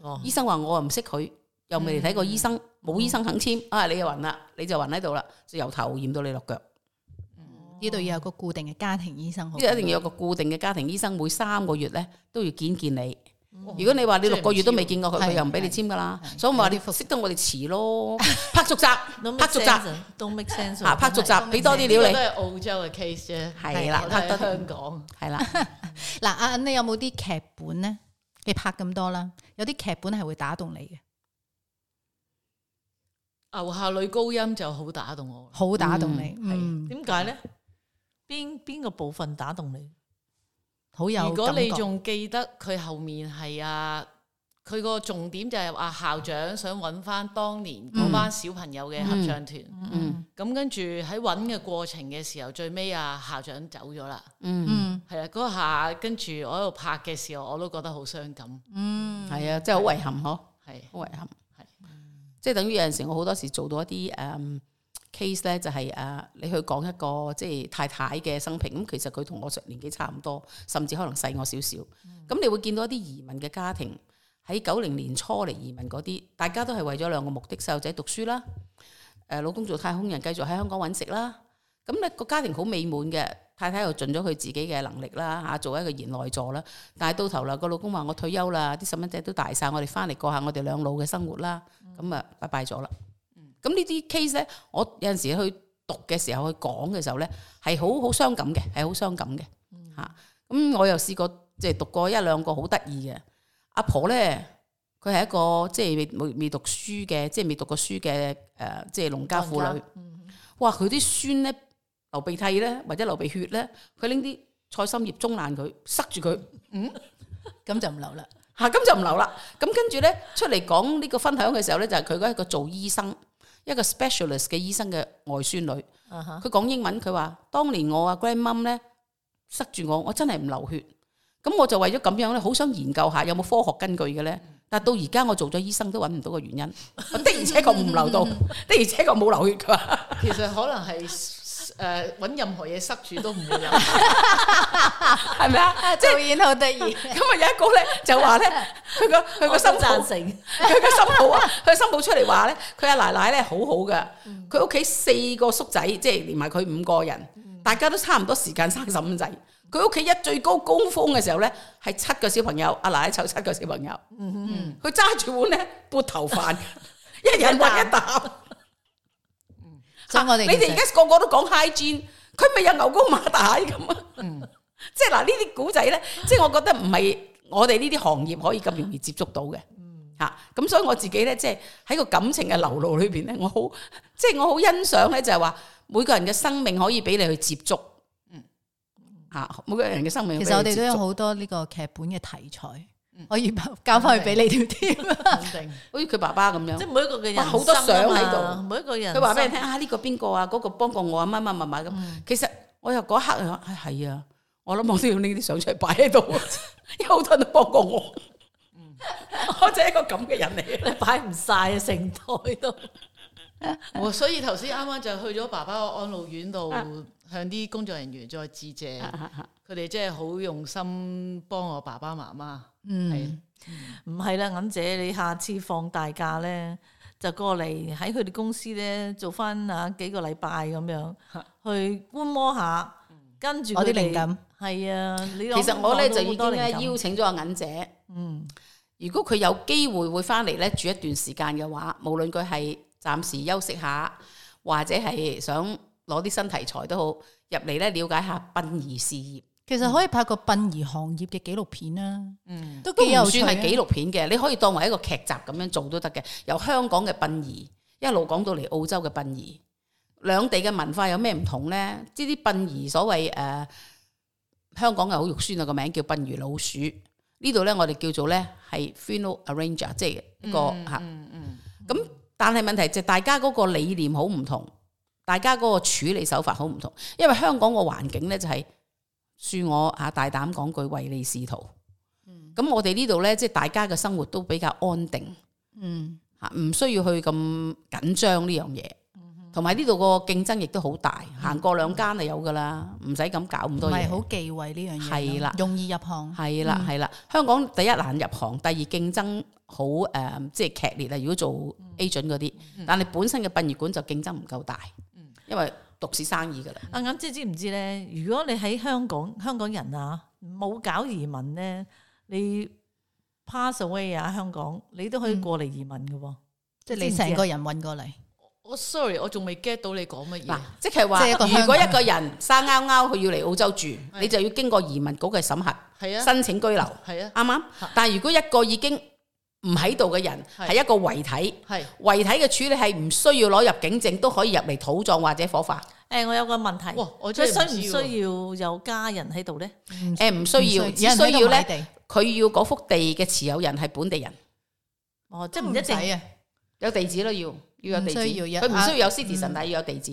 Speaker 4: 哦，
Speaker 7: 醫生話我又唔識佢，又未嚟睇過醫生，冇、醫生肯簽啊！你就暈啦，你就暈喺度啦，就由頭驗到你落腳。呢
Speaker 1: 呢度要有個固定嘅家庭醫生好。
Speaker 7: 度一定要有個固定嘅家庭醫生，每三個月咧都要見見你。
Speaker 4: 哦
Speaker 7: 如果你話你
Speaker 4: 即係
Speaker 7: 六個月都
Speaker 4: 唔知
Speaker 7: 未見過佢，
Speaker 1: 喎
Speaker 7: 佢又唔俾你
Speaker 1: 係
Speaker 7: 簽噶啦。
Speaker 1: 係
Speaker 7: 所以我話
Speaker 1: 有啲
Speaker 7: 你
Speaker 1: 複雜
Speaker 7: 識得我哋遲咯，拍續集拍續集
Speaker 3: 都 make sense
Speaker 7: 啊，拍續集俾多啲料
Speaker 4: 呢個
Speaker 7: 你
Speaker 4: 都。係澳洲嘅 case 啫，
Speaker 7: 係啦
Speaker 4: 我都
Speaker 7: 拍
Speaker 4: 係
Speaker 7: 得
Speaker 4: 香港。
Speaker 7: 係啦，
Speaker 1: 嗱，阿你有冇啲劇本咧？你拍咁多啦，有啲劇本係會打動你嘅，
Speaker 4: 牛下女高音就好打動我。
Speaker 1: 好打動你，
Speaker 3: 係
Speaker 4: 啊
Speaker 1: 嗯，
Speaker 3: 點解咧？邊邊個部分打動你？
Speaker 1: 好有
Speaker 4: 如果
Speaker 1: 感
Speaker 4: 你
Speaker 1: 覺
Speaker 4: 仲記得佢後面係啊，佢個重點就係話校長想揾翻當年嗰班小朋友嘅合唱團。
Speaker 7: 嗯
Speaker 4: 咁跟住喺揾嘅過程嘅時候，最尾啊校長走咗啦，
Speaker 7: 嗯，
Speaker 1: 嗯
Speaker 4: 係啊嗰下跟住我喺度拍嘅時候，我都覺得好傷感，
Speaker 1: 嗯
Speaker 7: 係啊，真係好遺憾嗬，好
Speaker 4: 係
Speaker 7: 遺憾，
Speaker 4: 係
Speaker 7: 即係等於有陣時我好多時做到一啲誒 case 咧，就係誒你去講一個即係太太嘅生平，咁其實佢同我年紀差唔多，甚至可能細我少少，咁你會見到一啲移民嘅家庭。喺九零年初嚟移民嗰啲，大家都係為咗兩個目的：細路仔讀書啦，誒老公做太空人，繼續喺香港揾食啦。咁咧個家庭好美滿嘅，太太又盡咗佢自己嘅能力啦，嚇做一個賢內助啦。但係到頭啦，個老公話我退休啦，啲細蚊仔都大晒，我哋翻嚟過下我哋兩老嘅生活啦。咁啊，拜拜咗啦。咁呢啲 case 咧，我有陣時去讀嘅時候，去講嘅時候咧，係好好傷感嘅，係好傷感嘅
Speaker 1: 嗯
Speaker 7: 嚇。咁、我又試過即係讀過一兩個好得意嘅阿婆咧，佢係一個即係未未未讀書嘅，即係未讀過書嘅誒、呃即係農家婦女。
Speaker 1: 嗯
Speaker 7: 哇！佢啲孫咧流鼻涕咧，或者流鼻血咧，佢拎啲菜心葉中爛佢，塞住佢。
Speaker 1: 咁就唔留啦，
Speaker 7: 嚇咁就唔留啦。咁跟住咧出嚟講呢個分享嘅時候咧，就係佢嗰一個做醫生，一個 specialist 嘅醫生嘅外孫女。
Speaker 3: 啊哈，
Speaker 7: 佢講英文，佢話：當年我阿 grandmum 咧塞住我，我真係唔流血。咁我就為咗咁樣咧，好想研究下有冇科學根據嘅
Speaker 3: 嗯
Speaker 7: 咧。但到而家我做咗醫生都揾唔到個原因。我的而且確唔流
Speaker 3: <laughs>
Speaker 7: 到，的而且確冇流血㗎。
Speaker 4: 其實可能係誒揾任何嘢塞住都唔會有，
Speaker 7: 係咪啊？即係
Speaker 1: 演好得意，
Speaker 7: 咁啊有一個咧就話咧，佢個佢個心抱
Speaker 3: 贊成，
Speaker 7: 佢個心抱啊，佢心抱出嚟話咧，佢阿奶奶咧好好噶，佢屋企四個叔仔，即係連埋佢五個人，大家都差唔多時間生細蚊仔。佢屋企一最高高峰嘅時候咧，係七個小朋友，阿奶奶湊七個小朋友，嗯佢揸住碗咧撥頭飯，一人揾一啖。
Speaker 1: <laughs> 所以我哋
Speaker 7: 你哋而
Speaker 1: 其實
Speaker 7: 家個個都講 hygiene，佢咪有牛高馬大咁啊？
Speaker 4: 嗯
Speaker 7: 即係嗱呢啲古仔咧，即係我覺得唔係我哋呢啲行業可以咁容易接觸到嘅。吓咁、所以我自己咧，即係喺個感情嘅流露裏邊咧，我好即係我好欣賞咧，就係話每個人嘅生命可以俾你去接觸。吓、每個人嘅生命
Speaker 1: 其實我哋都有
Speaker 7: 好，
Speaker 1: 好多呢個劇本嘅題材，可以交翻去俾你條添。
Speaker 4: 肯定
Speaker 7: 好似佢爸爸咁樣
Speaker 3: 即係。每一個嘅
Speaker 7: 哇
Speaker 3: 人
Speaker 7: 好多相喺度
Speaker 3: 生啊嘛每一個人
Speaker 7: 佢話俾你聽啊，呢、個邊個啊，嗰、個幫過我啊，乜乜乜乜咁。
Speaker 1: 嗯
Speaker 7: 其實我又嗰一刻又話唉係啊，我諗我都要拎啲相出嚟擺喺度，啊 <laughs> 因為好多人都幫過我。我就係一個咁嘅人嚟嘅，
Speaker 3: 你擺唔晒啊，成台都
Speaker 4: 我所以頭先啱啱就去咗爸爸個安老院度，向啲工作人員再致謝，佢哋真係好用心幫我爸爸媽媽。係啊
Speaker 1: 嗯，
Speaker 3: 唔係啦，銀姐，你下次放大假咧，就過嚟喺佢哋公司咧做翻啊幾個禮拜咁樣，去觀摩下，跟住
Speaker 1: 我啲
Speaker 3: 佢哋
Speaker 1: 靈感
Speaker 3: 係啊，你
Speaker 7: 其實我咧就已經
Speaker 3: 講到好多
Speaker 7: 咧
Speaker 3: 靈感
Speaker 7: 邀請咗阿銀姐，
Speaker 3: 嗯
Speaker 7: 如果佢有機會會翻嚟咧住一段時間嘅話，無論佢係暫時休息下，或者係想攞啲新題材都好，入嚟咧了解下殯儀事業。
Speaker 1: 其實可以拍個殯儀行業嘅紀錄片啦，
Speaker 4: 嗯，
Speaker 1: 都
Speaker 7: 都
Speaker 1: 幾
Speaker 7: 唔
Speaker 1: 有
Speaker 7: 算
Speaker 1: 趣
Speaker 7: 係紀
Speaker 1: 啊。
Speaker 7: 錄片嘅，你可以當為一個劇集咁樣做都得嘅。由香港嘅殯儀一路講到嚟澳洲嘅殯儀，兩地嘅文化有咩唔同呢？呢啲殯儀所謂誒、呃香港嘅好肉酸啊，個名叫殯儀老鼠。呢度呢，我哋叫做呢係 funeral arranger，即係一個嚇。
Speaker 4: 嗯嗯
Speaker 7: 咁但係問題就係大家嗰個理念好唔同，大家嗰個處理手法好唔同。因為香港個環境咧就係、恕我啊大膽講句，唯利是圖。咁、我哋呢度咧，即係大家嘅生活都比較安定。
Speaker 1: 嗯，
Speaker 7: 嚇，唔需要去咁緊張呢樣嘢。
Speaker 1: 嗯
Speaker 7: 同埋呢度個競爭亦都好大，行過兩間就有噶啦，唔使咁搞咁
Speaker 1: 唔
Speaker 7: 多
Speaker 1: 係好
Speaker 7: 嘢。
Speaker 1: 忌諱呢樣嘢咯，
Speaker 7: 係啦
Speaker 1: 容易入行，
Speaker 7: 係啦，係啦，香港第一難入行，第二競爭好誒、呃即係劇烈啊！如果做
Speaker 1: 嗯
Speaker 7: agent 嗰啲，但係本身嘅殯儀館就競爭唔夠大，
Speaker 1: 嗯
Speaker 7: 因為獨市生意噶啦。
Speaker 3: 阿銀姐知唔知咧？如果你喺香港，香港人啊，冇搞移民咧，你 pass away 啊，香港你都可
Speaker 4: 嗯
Speaker 3: 以過嚟移民嘅喎。
Speaker 1: 即係你
Speaker 7: 啊
Speaker 1: 成個人運過嚟，
Speaker 4: 我哦 sorry，我仲未 get 到你講乜
Speaker 7: 嗱
Speaker 4: 嘢。，
Speaker 7: 即係話，
Speaker 1: 即係一個香港
Speaker 7: 如果一個人生勾勾佢要嚟澳洲住，你就要經過移民局嘅審核，
Speaker 4: 係啊，
Speaker 7: 申請居留。
Speaker 4: 係啊，
Speaker 7: 啱唔啱？但係如果一個已經唔喺度嘅人，
Speaker 4: 係
Speaker 7: 係一個遺體，
Speaker 4: 係
Speaker 7: 遺體嘅處理係唔需要攞入境證都可以入嚟土葬或者火化，
Speaker 3: 誒，我有個問題，
Speaker 4: 哇我
Speaker 3: 佢
Speaker 4: 真係唔
Speaker 3: 需唔
Speaker 4: 知喎
Speaker 3: 需要有家人喺度咧？
Speaker 7: 誒唔需要，
Speaker 1: 唔
Speaker 7: 只
Speaker 1: 有人喺
Speaker 7: 需
Speaker 1: 度
Speaker 7: 要
Speaker 1: 買
Speaker 7: 咧
Speaker 1: 地
Speaker 7: 佢要嗰幅地嘅持有人係本地人，
Speaker 3: 哦，即
Speaker 1: 即係
Speaker 3: 係唔
Speaker 1: 唔
Speaker 3: 一
Speaker 1: 一
Speaker 3: 定
Speaker 1: 定啊。
Speaker 7: 有地址咯要。要有地址，
Speaker 1: 唔需要有
Speaker 7: 佢唔需要有 citizen，
Speaker 1: 嗯
Speaker 7: 但係要有地址。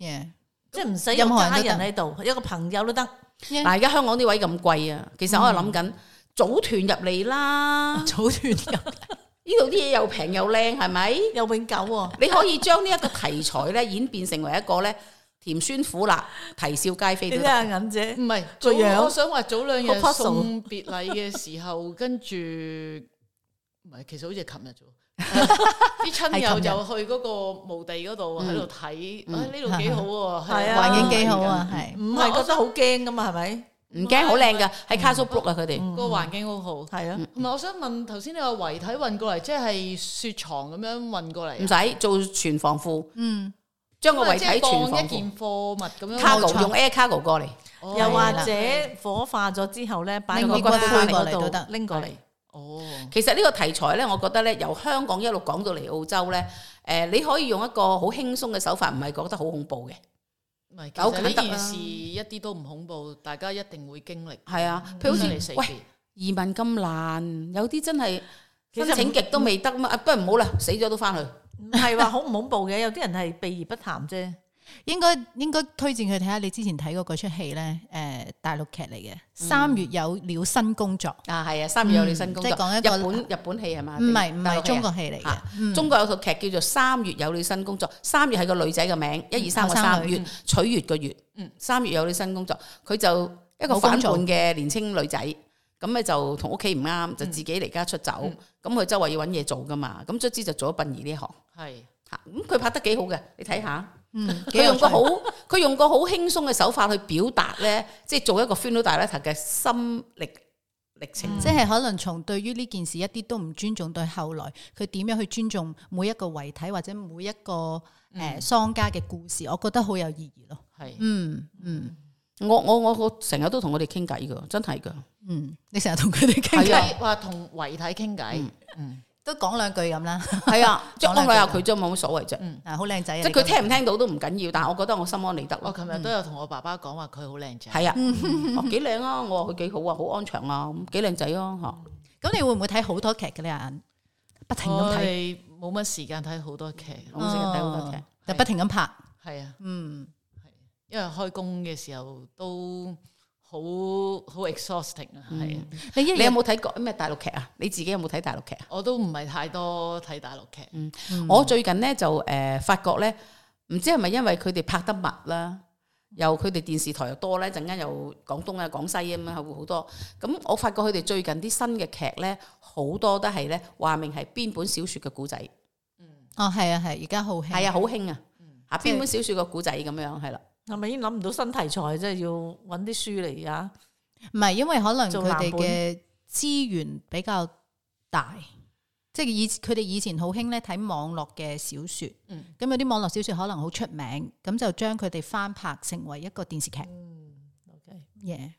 Speaker 1: Yeah
Speaker 3: 即係唔使有
Speaker 1: 任何人
Speaker 3: 家
Speaker 1: 都
Speaker 3: 人喺度，有個朋友都得。
Speaker 1: 嗯
Speaker 7: 嗱，而家香港啲位咁貴啊，其實我係諗緊組團入嚟啦，呢
Speaker 3: 組團
Speaker 7: 度啲嘢又平又靚，係咪？
Speaker 3: 又永久喎，
Speaker 7: 你可以將呢一個題材咧演變成為一個咧甜酸苦辣、啼笑皆非都
Speaker 3: 點
Speaker 7: 得
Speaker 3: 解阿銀姐
Speaker 4: 唔係
Speaker 3: 個
Speaker 4: 早？
Speaker 3: 樣
Speaker 4: 我想話早兩
Speaker 3: 個
Speaker 4: 日
Speaker 3: puzzle
Speaker 4: 送別禮嘅時
Speaker 3: <laughs>
Speaker 4: 候，跟住唔係，其實好似係琴日啫喎。啲親友就去嗰個墓地嗰度喺度睇，
Speaker 7: 嗯
Speaker 4: 唉呢度幾好喎，
Speaker 3: 係啊
Speaker 1: 環境幾好啊，係
Speaker 3: 唔係覺得好驚噶嘛？係咪？
Speaker 7: 唔驚，好靚噶，喺 Castle Brook 啊，佢哋
Speaker 4: 個環境好嗯好。
Speaker 3: 係啊，
Speaker 4: 同埋我想問頭先你話遺體運過嚟，即係雪藏咁樣運過
Speaker 7: 唔
Speaker 4: 嚟啊，
Speaker 7: 使做全防腐，
Speaker 1: 嗯
Speaker 7: 將個遺
Speaker 4: 啊即
Speaker 7: 體
Speaker 4: 係
Speaker 7: 全
Speaker 4: 當
Speaker 7: 防
Speaker 4: 一
Speaker 7: 腐
Speaker 4: 件貨物咁樣
Speaker 7: cargo 用 air cargo 過嚟，
Speaker 4: 哦
Speaker 3: 又或
Speaker 1: 係啦
Speaker 3: 者火化咗之後咧，擺
Speaker 1: 拎
Speaker 3: 個
Speaker 1: 啲
Speaker 3: 骨灰
Speaker 1: 骨灰過
Speaker 3: 嗰
Speaker 1: 嚟都得
Speaker 3: 度拎過嚟。
Speaker 4: 哦，
Speaker 7: 其實呢個題材呢，我覺得呢，由香港一路講到嚟澳洲呢，誒、你可以用一個好輕鬆嘅手法，唔係覺得好恐怖嘅。
Speaker 4: 唔係，其
Speaker 7: 有
Speaker 4: 實呢
Speaker 7: 簡得啊啦
Speaker 4: 件事一啲都唔恐怖，大家一定會經歷。
Speaker 7: 係啊，譬如好
Speaker 4: 生離死
Speaker 7: 似喂
Speaker 4: 別
Speaker 7: 移民咁難，有啲真係
Speaker 3: 其實
Speaker 7: 申請極都未得嘛，啊不如唔好啦，死咗都翻去。
Speaker 3: 唔係話好唔恐怖嘅，有啲人係避而不談啫。
Speaker 1: 應該應該推薦佢睇下你之前睇過嗰出戲咧，誒大陸劇嚟嘅，
Speaker 7: 嗯
Speaker 1: 三月有了新工作，
Speaker 7: 啊，係啊，三月有你新工作，
Speaker 1: 嗯即係講一個
Speaker 7: 日本日本戲係嘛？
Speaker 1: 唔係唔
Speaker 7: 大陸戲
Speaker 1: 係中
Speaker 7: 啊
Speaker 1: 國戲嚟嘅
Speaker 7: 啊，
Speaker 1: 嗯
Speaker 7: 中國有套劇叫做《三月有你新工作》，三月係個女仔嘅名，一二
Speaker 1: 嗯
Speaker 7: 三個
Speaker 1: 後生
Speaker 7: 三
Speaker 1: 女
Speaker 7: 月取月個月
Speaker 4: 嗯，
Speaker 7: 三月有你新工作，佢就一個
Speaker 1: 冇工
Speaker 7: 反叛
Speaker 1: 做
Speaker 7: 嘅年青女仔，咁咧就同屋企唔啱，
Speaker 1: 嗯
Speaker 7: 就自己離家出走，咁佢周圍要揾嘢做噶嘛，咁卒之就做咗殯儀呢行
Speaker 4: 係
Speaker 7: 嚇，咁佢拍得幾好嘅，你睇下， <laughs>
Speaker 1: 嗯，幾
Speaker 7: 佢
Speaker 1: 有
Speaker 7: 用個
Speaker 1: 趣
Speaker 7: 好佢用個好輕鬆嘅手法去表達咧，即係做一個 funeral director 嘅心力歷程。
Speaker 1: 即係可能從對於呢件事一啲都唔尊重，對後來佢點樣去尊重每一個遺體或者每一個誒喪家嘅故事，我覺得好有意義咯。
Speaker 4: 係
Speaker 1: 嗯嗯
Speaker 7: 我我我我成日都同佢哋傾偈噶，真係噶。
Speaker 1: 嗯，你成日同佢哋傾
Speaker 7: 係啊
Speaker 1: 偈，
Speaker 4: 係話同遺體傾偈，嗯，
Speaker 1: 都講兩句咁啦。
Speaker 7: 系啊， <laughs> 即係安慰下
Speaker 1: 講兩
Speaker 7: 佢啫，冇乜所謂啫。
Speaker 4: 嗯
Speaker 1: 啊，好靚仔啊！
Speaker 7: 即係佢聽唔聽到都唔緊要，但係我覺得我心安理得
Speaker 4: 我
Speaker 7: 咯。
Speaker 4: 琴日都有同我爸爸講話佢好靚仔，
Speaker 7: 嗯係啊，
Speaker 1: 嗯
Speaker 7: 哦幾靚啊！我話佢幾好啊，好安詳啊，咁幾靚仔啊嚇。
Speaker 1: 咁你會唔會睇好多劇嘅呢？眼不停
Speaker 4: 我
Speaker 1: 咁睇，
Speaker 4: 哋冇乜時間睇好多劇，
Speaker 7: 我唔識睇好多劇
Speaker 1: 哦，就不停咁拍。
Speaker 4: 係啊，
Speaker 1: 嗯，
Speaker 4: 因為開工嘅時候都好好 exhausting 啊，係啊，
Speaker 1: 你一
Speaker 7: 你有
Speaker 1: 日
Speaker 7: 冇睇過咩大陸劇啊？你自己有冇睇大陸劇啊？
Speaker 4: 我都唔係太多睇大陸劇，
Speaker 1: 嗯
Speaker 7: 我最近咧就誒發覺咧，唔知係咪因為佢哋拍得密啦，又佢哋電視台又多咧，陣間又廣東啊、廣西咁樣好多。咁我發覺佢哋最近啲新嘅劇咧，好多都係咧話明係邊本小説嘅古仔。
Speaker 1: 哦係啊係，而家好興
Speaker 7: 係啊，好興啊！啊，
Speaker 1: 即係
Speaker 7: 邊本小説個古仔咁樣係啦，
Speaker 3: 係咪已經諗唔到新題材，即係要揾啲書嚟啊？
Speaker 1: 唔係，因為可能
Speaker 3: 做
Speaker 1: 佢哋
Speaker 3: 藍
Speaker 1: 嘅資源比較大，即係以佢哋以前好興咧睇網絡嘅小説，咁、
Speaker 4: 嗯
Speaker 1: 有啲網絡小説可能好出名，咁就將佢哋翻拍成為一個電視劇。
Speaker 7: 嗯
Speaker 3: OK
Speaker 1: 耶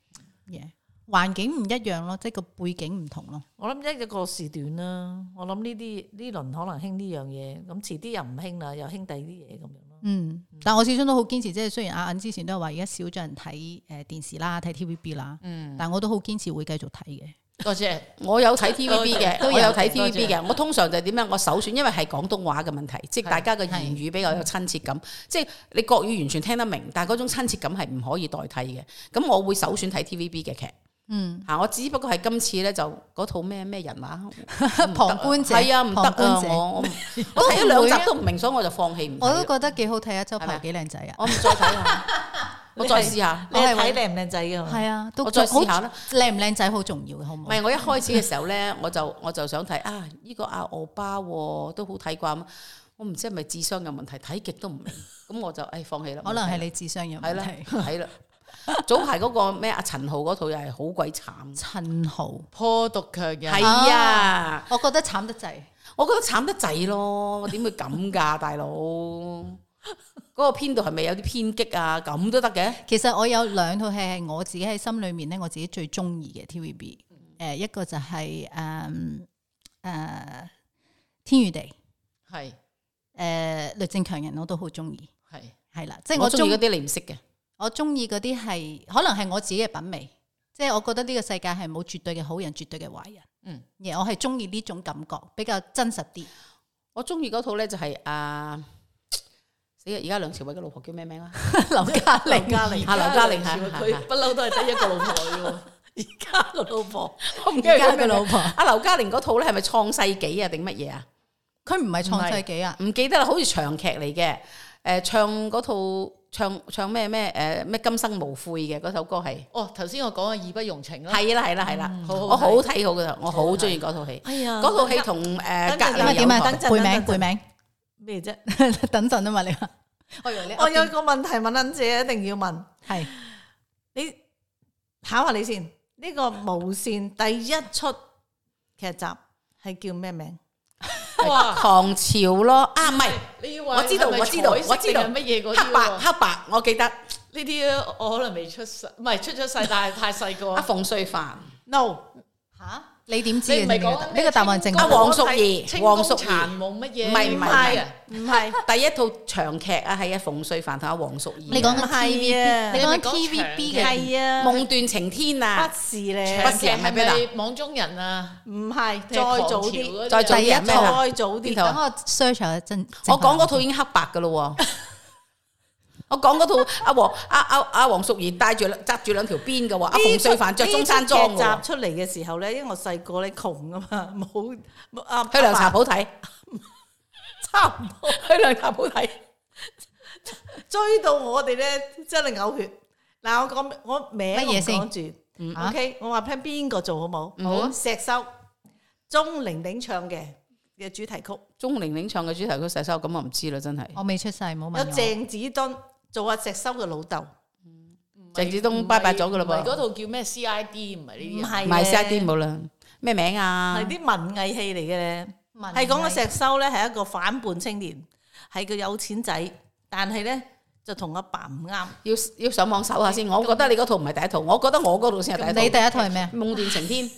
Speaker 1: 耶，環境唔一樣咯，即係個背景唔同咯。
Speaker 3: 我諗一一個時段啦，我諗呢啲呢輪可能興呢樣嘢，咁遲啲又唔興啦，又興第二啲嘢咁樣咯。
Speaker 1: 嗯，但我始終都好堅持，即係雖然阿銀之前都係話而家少咗人睇誒電視啦，睇 TVB 啦，
Speaker 4: 嗯，
Speaker 1: 但我都好堅持會繼續睇嘅。
Speaker 4: 多謝。
Speaker 7: 我有睇 TVB 嘅，
Speaker 1: 都有
Speaker 7: 我有睇
Speaker 4: 多謝
Speaker 7: TVB 嘅。我通常就點樣？我首選，因為係廣東話嘅問題，即係
Speaker 4: 係
Speaker 7: 大家嘅言語比較有親切感。即係你國語完全聽得明，但係嗰種親切感係唔可以代替嘅。咁我會首選睇 TVB 嘅劇。
Speaker 1: 嗯，
Speaker 7: 嚇！我只不過係今次咧就嗰套咩咩人話，
Speaker 1: 旁觀者
Speaker 7: 係啊，唔
Speaker 1: 旁
Speaker 7: 得啊！
Speaker 1: 觀者
Speaker 7: 我我唔我
Speaker 1: 都
Speaker 7: 睇咗
Speaker 1: 唔會
Speaker 7: 兩
Speaker 1: 啊
Speaker 7: 集都唔明，所以我就放棄唔
Speaker 1: 我都
Speaker 7: 睇啦。
Speaker 1: 覺得幾好睇啊！周柏
Speaker 7: 係咪
Speaker 1: 幾靚仔啊，
Speaker 7: 我唔再睇啦，我再試下。
Speaker 1: 我係
Speaker 3: 睇靚唔靚仔㗎嘛？
Speaker 1: 係啊，都
Speaker 7: 嗯我再試下啦。
Speaker 1: 靚唔靚仔好重要嘅，好唔
Speaker 7: 唔
Speaker 1: 好？
Speaker 7: 係我一開始嘅時候咧， <laughs> 我就我就想睇啊，呢、個阿奧巴喎都好睇啩，我唔知係咪智商有問題，睇極
Speaker 1: <laughs>
Speaker 7: 都唔明，咁我就誒、唉放棄啦。
Speaker 1: 可能係你智商有
Speaker 7: 係
Speaker 1: 問
Speaker 7: 啦
Speaker 1: 題。，
Speaker 7: 係啦。早排嗰個咩阿陳浩嗰套又係好鬼慘，
Speaker 1: 陳豪，
Speaker 4: 破毒強人
Speaker 7: 係啊，
Speaker 1: 我覺得慘得滯。
Speaker 7: 我覺得慘得滯咯，點會
Speaker 1: <laughs>
Speaker 7: 咁㗎，大佬？嗰個編導係咪有啲偏激啊？咁都得嘅，
Speaker 1: 其實我有兩套戲係我自己喺心裏面咧，我自己最中意嘅 TVB。誒，
Speaker 7: 嗯
Speaker 1: 一個就係誒誒天與地，誒、
Speaker 4: 係
Speaker 1: 律政強人我都好中意，
Speaker 4: 係
Speaker 1: 係啦，即係
Speaker 7: 我
Speaker 1: 我
Speaker 7: 中
Speaker 1: 中
Speaker 7: 意嗰啲你唔識嘅。
Speaker 1: 我中意嗰啲係可能係我自己嘅品味，即係我覺得呢個世界係冇絕對嘅好人，絕對嘅壞人。
Speaker 4: 嗯，
Speaker 1: 而我係中意呢種感覺，比較真實啲。
Speaker 7: 我中意嗰套咧就係、啊，死啊！而家梁朝偉嘅老婆叫咩名啊？
Speaker 1: 劉嘉玲，
Speaker 4: 嘉玲
Speaker 7: 啊劉嘉玲係係係
Speaker 4: 佢不嬲都係得一個老婆啫
Speaker 7: 個老婆，我唔記得
Speaker 1: 而家
Speaker 7: 佢
Speaker 1: 嘅
Speaker 7: 咩
Speaker 1: 老
Speaker 7: 老。
Speaker 1: 婆，
Speaker 7: 阿啊劉嘉玲嗰套咧係咪創世紀啊定乜嘢啊？
Speaker 1: 佢唔係創世紀啊，
Speaker 7: 唔記得啦，好似長劇嚟嘅。誒、唱嗰套唱唱咩咩誒咩今生無悔嘅嗰首歌係
Speaker 4: 喎。哦，頭先我講嘅義不容情啦，
Speaker 7: 係啦係啦係啦，
Speaker 4: 好好睇
Speaker 7: 我好睇好嘅，我好中意嗰套戲。
Speaker 3: 哎呀
Speaker 7: 嗰套戲同誒隔
Speaker 3: 等陣
Speaker 1: 點啊
Speaker 7: 離
Speaker 1: 點
Speaker 7: 有
Speaker 1: 啊
Speaker 7: 台
Speaker 3: 等陣
Speaker 1: 背名
Speaker 3: 等陣
Speaker 1: 背名， <laughs>
Speaker 3: 咩啫？
Speaker 1: 等陣啊嘛你話，我以為你
Speaker 3: 我有個問題問撚姐，一定要問
Speaker 1: 係
Speaker 3: 你，考下你先。呢個無線第一出劇集係叫咩名？
Speaker 4: 哇
Speaker 7: 唐朝咯，啊唔係
Speaker 4: 你要
Speaker 7: 我知道我知道我知道
Speaker 4: 係乜嘢嗰啲
Speaker 7: 黑白
Speaker 4: 喎？
Speaker 7: 黑白，我記得阿
Speaker 4: 呢啲我可能未出世，唔係出咗世，但係太細個。
Speaker 7: 啊馮淬帆、
Speaker 3: No，
Speaker 1: 吓，你點知
Speaker 4: 你
Speaker 1: 嘅呢
Speaker 4: 唔係
Speaker 1: 個
Speaker 4: 講
Speaker 1: 答呢個答案正
Speaker 7: 阿
Speaker 1: 確
Speaker 4: 我
Speaker 7: 黃淑
Speaker 4: 清啊
Speaker 7: 儀、黃
Speaker 4: 宮
Speaker 7: 淑儀。
Speaker 4: 殘夢乜嘢？
Speaker 7: 唔係唔係
Speaker 4: 嗰啲啊
Speaker 3: 唔係
Speaker 7: 第一套長劇啊，係啊，馮淬帆同阿黃淑儀啊。
Speaker 1: 你講
Speaker 3: 唔
Speaker 1: 緊
Speaker 3: 係
Speaker 1: TVB，
Speaker 3: 啊
Speaker 1: 你
Speaker 4: 你咪
Speaker 1: 講
Speaker 4: 講
Speaker 1: TVB 嘅
Speaker 3: 係啊，
Speaker 7: 夢斷情天啊
Speaker 3: 不，是咧
Speaker 7: 不，
Speaker 4: 長
Speaker 7: 是
Speaker 4: 期
Speaker 7: 係咪
Speaker 4: 係
Speaker 7: 咩
Speaker 4: 咪網中人啊？
Speaker 3: 唔係再
Speaker 4: 定係
Speaker 3: 早
Speaker 4: 狂潮
Speaker 3: 啲，
Speaker 4: 嗰啲
Speaker 7: 再早
Speaker 1: 第一
Speaker 7: 啲係咩啊？
Speaker 3: 再早
Speaker 7: 邊
Speaker 3: 啲
Speaker 7: 套。
Speaker 1: 等我 search 下真。
Speaker 7: 我講嗰套已經黑白噶咯喎。 <laughs> 我講嗰套阿黃阿阿阿黃淑儀戴住紮住兩條邊嘅喎，阿馮淬帆着中山裝嘅喎，
Speaker 3: 呢出劇集出嚟嘅時候咧，因為我細個咧窮噶嘛， <laughs> 冇冇啊
Speaker 7: 去涼茶鋪睇， <laughs>
Speaker 3: 差唔多
Speaker 7: 去涼茶鋪睇。
Speaker 3: 追到我哋咧，真係嘔血。嗱，我講我名
Speaker 1: 乜嘢先
Speaker 3: 我唔講住
Speaker 7: 嗯
Speaker 1: 啊
Speaker 3: ，OK，我話聽邊個做好冇？
Speaker 7: 好啊
Speaker 3: 石修鐘玲玲唱嘅嘅主題曲，
Speaker 7: 鐘玲玲唱嘅主題曲《洗手》，咁我唔知啦，真係。
Speaker 1: 我未出世，冇
Speaker 3: 有
Speaker 1: 問我。
Speaker 3: 鄭子敦做阿石修嘅老豆，
Speaker 7: 鄭子東拜拜咗㗎啦
Speaker 4: 啊唔係
Speaker 7: 噃
Speaker 4: 嗰套叫咩 CID 唔係呢
Speaker 3: 唔
Speaker 4: 啲啊。
Speaker 3: 係
Speaker 7: 賣晒
Speaker 3: 咧
Speaker 7: 啲冇啦，咩名啊
Speaker 3: 係？啲文藝戲嚟嘅咧。
Speaker 1: 文
Speaker 3: 係講個
Speaker 1: 藝
Speaker 3: 石修咧係一個反叛青年，係個有錢仔，但係咧就同阿爸唔啱。
Speaker 7: 要要上網搜下先。我覺得你嗰套唔係第一套，我覺得我嗰套先係
Speaker 1: 你
Speaker 7: 第
Speaker 1: 第
Speaker 7: 一
Speaker 1: 一
Speaker 7: 套。
Speaker 1: 套係咩啊？
Speaker 7: 夢斷情天，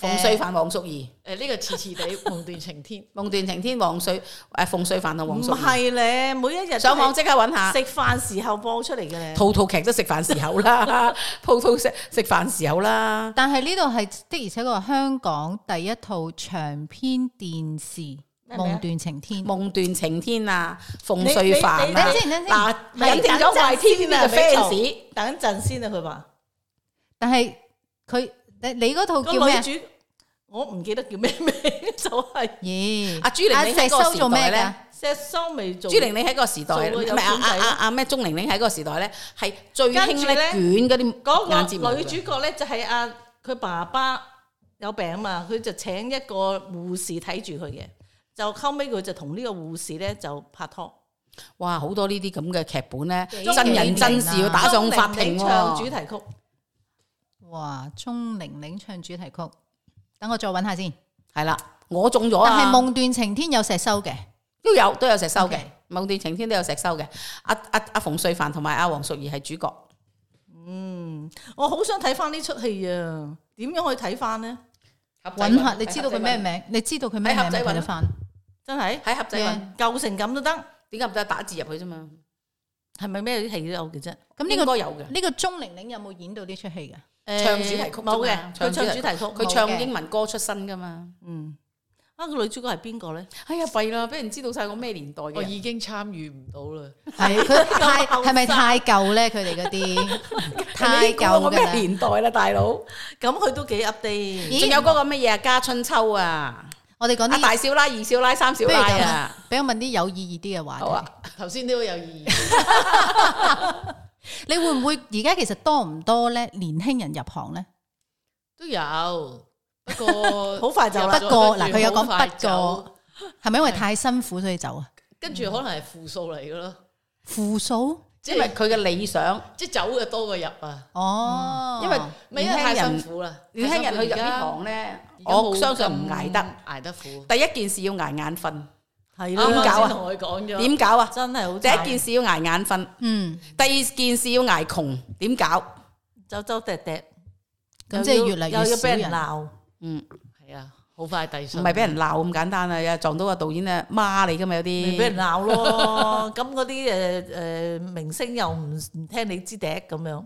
Speaker 7: 馮淬帆、黃淑儀。
Speaker 4: 誒呃呢個遲遲地夢斷情
Speaker 1: <laughs>
Speaker 4: 天，
Speaker 7: 夢斷情天，黃水誒馮瑞凡同黃
Speaker 3: 唔
Speaker 7: 淑儀
Speaker 3: 係咧，每一日
Speaker 7: 上網
Speaker 3: 即
Speaker 7: 即刻揾下
Speaker 3: 食，飯時候播出嚟嘅咧。
Speaker 7: 套套劇都食飯時候
Speaker 3: <laughs>
Speaker 7: 啦，套套食食飯時候啦，
Speaker 1: 但係呢度係的而且確係香港第一套長篇電視《
Speaker 3: 咩名啊
Speaker 1: 夢斷情天》。
Speaker 7: 夢斷情天啊，
Speaker 3: 你
Speaker 7: 馮瑞凡
Speaker 3: 你
Speaker 1: 等
Speaker 7: 啊，
Speaker 1: 先，等先。
Speaker 7: 嗱引定咗壞天啊
Speaker 3: 啊
Speaker 7: 呢個 fans，
Speaker 3: 等陣先啊，佢話
Speaker 1: 但係佢你你嗰套
Speaker 3: 個
Speaker 1: 叫咩
Speaker 3: 女
Speaker 1: 啊？
Speaker 3: 主我唔記得叫咩名， <laughs> 就係
Speaker 1: 咦，
Speaker 7: 阿朱玲
Speaker 1: 阿
Speaker 7: 你喺
Speaker 1: 石
Speaker 7: 嗰個
Speaker 1: 修
Speaker 7: 時
Speaker 1: 做咩
Speaker 7: 代
Speaker 1: 㗎
Speaker 7: 咧？？
Speaker 3: 石修未做。
Speaker 7: 朱玲你喺嗰個時代，
Speaker 3: 做個有
Speaker 7: 唔係啊啊
Speaker 3: 錢仔
Speaker 7: 啊啊咩？鐘玲玲喺嗰個時代咧，係最
Speaker 3: 跟
Speaker 7: 興
Speaker 3: 住
Speaker 7: 咧
Speaker 3: 咧
Speaker 7: 捲嗰
Speaker 3: 嗰
Speaker 7: 啲眼睫毛
Speaker 3: 個
Speaker 7: 嘅。
Speaker 3: 女主角咧就係阿佢爸爸有病啊嘛，佢就請一個護士睇住佢嘅，就後尾佢就同呢個護士咧就拍拖。
Speaker 7: 哇！好多呢啲咁嘅劇本咧，
Speaker 1: 幾
Speaker 7: 真人真事要打上法
Speaker 3: 鍾玲
Speaker 7: 庭
Speaker 3: 玲唱主
Speaker 7: 喎。
Speaker 3: 題曲，
Speaker 1: 哇！鐘玲玲唱主題曲，等我再揾下先。
Speaker 7: 係啦，我中咗
Speaker 1: 但
Speaker 7: 啊！
Speaker 1: 係《夢斷情天》有石修嘅，
Speaker 7: 都有都有石修嘅
Speaker 1: OK，
Speaker 7: 《夢斷情天》都有石修嘅。阿阿阿馮淬帆同埋阿黃淑儀係主角，
Speaker 3: 嗯，我好想睇翻呢出戲啊！點樣去睇翻呢？
Speaker 1: 揾下你知道佢咩名？你知道佢咩名
Speaker 7: 喺盒
Speaker 1: 咪
Speaker 7: 仔
Speaker 1: 睇得
Speaker 7: 搵
Speaker 1: 翻？
Speaker 3: 真係
Speaker 7: 喺盒仔揾，
Speaker 3: 舊成咁都得，
Speaker 7: 點解唔得打字入去啫嘛？
Speaker 3: 係咪咩戲都有嘅啫？
Speaker 1: 咁
Speaker 7: 咁
Speaker 1: 呢
Speaker 7: 呢
Speaker 1: 個
Speaker 7: 個有嘅，
Speaker 1: 呢個鐘玲玲有冇演到呢出戲嘅？
Speaker 4: 誒
Speaker 7: 唱主題曲啫嘛
Speaker 4: 冇嘅，佢
Speaker 7: 唱
Speaker 4: 唱
Speaker 7: 主題
Speaker 4: 主
Speaker 7: 曲
Speaker 4: 題曲，
Speaker 3: Ừ,
Speaker 7: 佢唱英。文歌出身噶嘛？
Speaker 4: 嗯，啊個女主角係邊個咧？
Speaker 7: 哎呀，弊啦，俾人知道晒我咩年代嘅
Speaker 4: 我
Speaker 7: 人。
Speaker 4: 已經參與唔到啦。
Speaker 1: 係
Speaker 7: <laughs>
Speaker 1: 佢太係咪太舊咧？佢哋嗰啲太
Speaker 7: 你講
Speaker 1: 舊
Speaker 7: 我
Speaker 1: 㗎
Speaker 7: 咩
Speaker 1: 啦。
Speaker 7: 年代啦，大佬？
Speaker 4: 咁佢都幾 update。
Speaker 1: 咦
Speaker 7: 仲有嗰個乜嘢啊？家春秋啊，
Speaker 1: 我哋講
Speaker 7: 啊
Speaker 1: 啲
Speaker 7: 大少奶、二少奶、三少
Speaker 1: 不如
Speaker 7: 奶
Speaker 1: 咁
Speaker 7: 啊，
Speaker 1: 啦，俾我問啲有意義啲嘅話
Speaker 7: 好啊
Speaker 1: 題。。
Speaker 4: 頭先都有意
Speaker 1: <laughs>
Speaker 4: 義。
Speaker 1: 你會唔會而家其實多唔多咧？年輕人入行咧？
Speaker 4: 都有，不過
Speaker 1: <laughs>
Speaker 3: 好快就啦
Speaker 1: 不過嗱，佢有講
Speaker 4: 好快
Speaker 1: 不
Speaker 4: 走，
Speaker 1: 過，係咪因為
Speaker 4: 係
Speaker 1: 太辛苦所以走啊？
Speaker 4: 跟住可能係負數嚟嘅咯，
Speaker 1: 負數
Speaker 4: 即
Speaker 7: 因為
Speaker 4: 係
Speaker 7: 佢嘅理想，
Speaker 4: 即係走嘅多過入啊，
Speaker 1: 哦，
Speaker 7: 嗯因為
Speaker 4: 咪因
Speaker 7: 年
Speaker 4: 為太
Speaker 7: 輕
Speaker 4: 辛
Speaker 7: 人
Speaker 4: 苦啦，
Speaker 7: 年輕人去入呢行咧，我相信唔捱得。，
Speaker 4: 捱得苦。
Speaker 7: 第一件事要捱眼瞓，
Speaker 3: 係
Speaker 4: 啱
Speaker 7: 點搞
Speaker 4: 啱先
Speaker 7: 啊
Speaker 4: 同佢講咗，
Speaker 7: 點搞啊？
Speaker 3: 真係好
Speaker 7: 第一件事要捱眼瞓，
Speaker 1: 嗯，
Speaker 7: 第二件事要捱窮，點搞？
Speaker 3: 走走趯趯，
Speaker 1: 咁即係越嚟越
Speaker 3: 又要
Speaker 1: 少
Speaker 3: 俾人
Speaker 1: 人。
Speaker 3: 鬧，
Speaker 7: 嗯，
Speaker 4: 係啊，好快遞
Speaker 7: 唔
Speaker 4: 上，
Speaker 7: 係俾人鬧咁簡單啊！又撞到個導演啊，媽你噶嘛有
Speaker 3: 咪
Speaker 7: 啲，
Speaker 3: 俾人鬧咯。咁嗰啲誒誒明星又唔唔聽你支笛咁樣，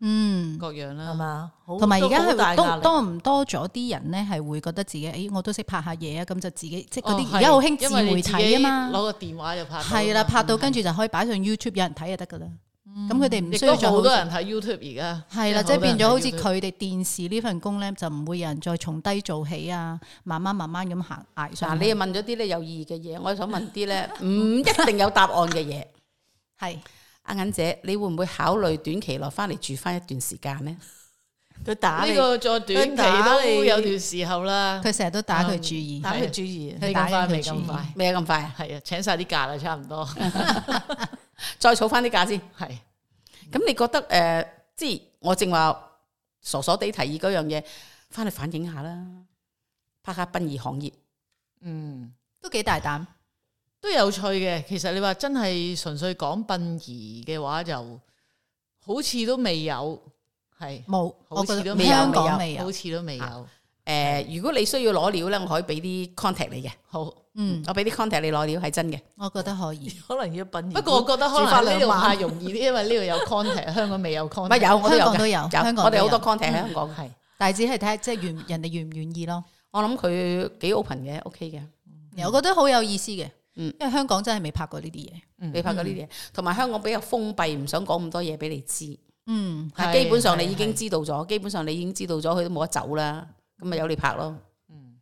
Speaker 1: 嗯，
Speaker 4: 各樣
Speaker 3: 係
Speaker 4: 啦，
Speaker 3: 嘛？好
Speaker 1: 同埋而家
Speaker 3: 都好大
Speaker 1: 係
Speaker 3: 壓
Speaker 1: 多
Speaker 3: 力
Speaker 1: 多唔多咗啲人咧，係會覺得自己，誒，我都識拍下嘢啊，咁就自己即係嗰
Speaker 4: 哦
Speaker 1: 啲
Speaker 4: 係
Speaker 1: 而家好興
Speaker 4: 因
Speaker 1: 自
Speaker 4: 為你
Speaker 1: 媒
Speaker 4: 自
Speaker 1: 體
Speaker 4: 己
Speaker 1: 啊嘛，
Speaker 4: 攞個電話就拍到啊嘛，
Speaker 1: 係啦，拍到跟住就可以擺上 YouTube，有人睇就得噶啦。咁佢哋唔
Speaker 4: 亦
Speaker 1: 需要
Speaker 4: 都
Speaker 1: 再
Speaker 4: 好多人睇 YouTube 而家，
Speaker 1: 係啦，即係變咗好似
Speaker 4: 佢
Speaker 1: 佢哋電視呢份工咧，就唔會有人再從低做起啊，慢慢慢慢咁行捱
Speaker 7: 嗱
Speaker 1: 上去。
Speaker 7: 你又問咗啲咧有意義嘅嘢，我想問啲咧唔一定有答案嘅嘢。 <laughs>
Speaker 1: 係
Speaker 7: 阿銀姐，你會唔會考慮短期內翻嚟住翻一段時間呢？
Speaker 3: 佢打
Speaker 4: 呢
Speaker 3: 你，
Speaker 4: 個再短期
Speaker 3: 打你
Speaker 4: 都有段時候啦，嗯
Speaker 1: 佢成日都打佢注意，
Speaker 3: 打佢注意。
Speaker 1: 佢
Speaker 4: 你
Speaker 1: 打
Speaker 4: 咁快
Speaker 1: 緊
Speaker 4: 未
Speaker 1: 佢注
Speaker 4: 咁
Speaker 1: 意。
Speaker 4: 快？
Speaker 7: 咩咁快啊？
Speaker 4: 係啊，請晒啲假啦，差唔多 <laughs>
Speaker 7: 再儲翻啲假先。
Speaker 4: 係。
Speaker 7: 咁你覺得诶、呃即係我正話傻傻地提議嗰樣嘢，翻去反映下啦，拍下殯儀行業。
Speaker 4: 嗯，
Speaker 1: 都幾大膽。
Speaker 4: 都有趣嘅。其實你話真係純粹講殯儀嘅話，就好似都未有，係
Speaker 1: 冇，我
Speaker 4: 好似
Speaker 1: 覺得
Speaker 4: 都未有
Speaker 1: 香港未有啊
Speaker 4: 好。似都未有。
Speaker 7: 诶、呃如果你需要攞料咧，我可以俾啲 contact 你嘅，
Speaker 4: 好，
Speaker 1: 嗯，
Speaker 7: 我俾啲 contact 你攞料係真嘅。
Speaker 1: 我覺得可以。
Speaker 3: 可能要品
Speaker 4: 不過我覺得可
Speaker 3: 煮
Speaker 4: 能
Speaker 3: 翻
Speaker 4: 呢
Speaker 3: 兩
Speaker 4: 度
Speaker 3: 晚
Speaker 4: 太容易啲，因為呢度有 contact，香港
Speaker 1: <laughs>
Speaker 4: 未有
Speaker 7: 唔
Speaker 4: contact。
Speaker 7: 係有，我都有
Speaker 1: 香港都有香港
Speaker 7: 嘅
Speaker 1: 都
Speaker 7: 我哋
Speaker 1: 有嗯
Speaker 7: 好多 contact 喺香港。
Speaker 4: 係
Speaker 1: 但係只係睇下即係願人哋願唔願意咯。
Speaker 7: 我諗佢幾 open 嘅，OK 嘅。
Speaker 1: 嗯我覺得好有意思嘅，
Speaker 7: 嗯
Speaker 1: 因為香港真係未拍過呢啲嘢。
Speaker 7: 你拍過呢啲嘢，同埋香港比較封閉，唔想講咁多嘢俾你知。
Speaker 1: 嗯，
Speaker 7: 但
Speaker 4: 係
Speaker 7: 基本上你
Speaker 4: 係
Speaker 7: 已經
Speaker 4: 係
Speaker 7: 知道咗，基本上你已經知道咗，佢都冇得走啦。咁咪由你拍咯，
Speaker 4: 嗯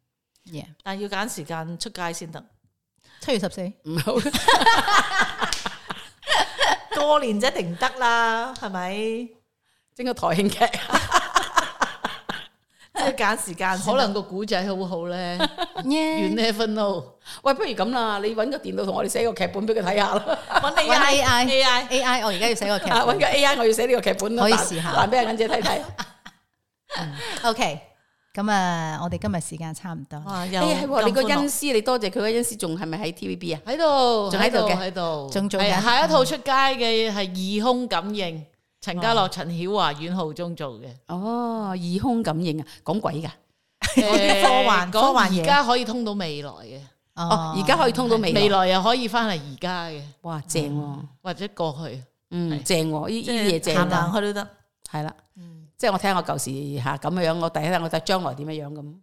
Speaker 1: yeah，
Speaker 3: 但係要揀時間出街先得。
Speaker 1: 七月十四，
Speaker 7: 唔好
Speaker 3: 過年就一定唔得啦，係咪？
Speaker 7: <laughs> 整個台
Speaker 1: <laughs>
Speaker 7: 慶劇。
Speaker 3: 即係揀時間先
Speaker 4: 可
Speaker 3: 得。
Speaker 4: 能個古仔好
Speaker 1: <laughs>
Speaker 4: 好咧，You
Speaker 1: 耶！
Speaker 4: never know。
Speaker 7: 喂，不如咁啦，你揾個電腦同我哋寫個劇本俾佢睇下啦。
Speaker 3: 揾你
Speaker 1: 揾 A I
Speaker 3: A I
Speaker 1: A I，我而家要寫個劇
Speaker 7: <laughs> 啊，揾
Speaker 1: 本。
Speaker 7: 個 AI，我要寫呢個劇本啦
Speaker 1: 可以
Speaker 7: 彈
Speaker 1: 試下
Speaker 7: 彈俾阿銀
Speaker 1: <laughs>
Speaker 7: 姐睇睇。
Speaker 1: O K，咁啊，我哋今日時間差唔多。
Speaker 3: 哇！又
Speaker 7: 哎呀，係喎你個
Speaker 3: 咁歡樂
Speaker 7: 恩師，你多謝佢個恩師，仲係咪喺 TVB 啊？
Speaker 4: 喺度，
Speaker 7: 仲喺度嘅
Speaker 4: 喺度，
Speaker 1: 仲做緊
Speaker 4: 係啊下一套出街嘅係異空感應，陳家樂、陳曉華、阮浩中做
Speaker 7: <laughs>
Speaker 4: 嘅。
Speaker 7: 哦，異空感應啊，講鬼㗎。
Speaker 3: 嗰啲科幻
Speaker 4: 誒
Speaker 3: 科幻嘢
Speaker 4: 講而家可以通到未來嘅，
Speaker 7: 哦，而家可以通到未
Speaker 4: 未
Speaker 7: 來，
Speaker 4: 來又可以翻嚟而家嘅，
Speaker 7: 哇，正喎，
Speaker 4: 或者過去。
Speaker 7: 嗯，
Speaker 4: 係
Speaker 7: 正喎，呢
Speaker 3: 即
Speaker 7: 呢啲嘢
Speaker 3: 係
Speaker 7: 正
Speaker 3: 行
Speaker 7: 㗎
Speaker 3: 行去都得。
Speaker 7: 系啦，即系我睇下我舊時吓咁樣，我第一睇我睇將來點樣樣咁。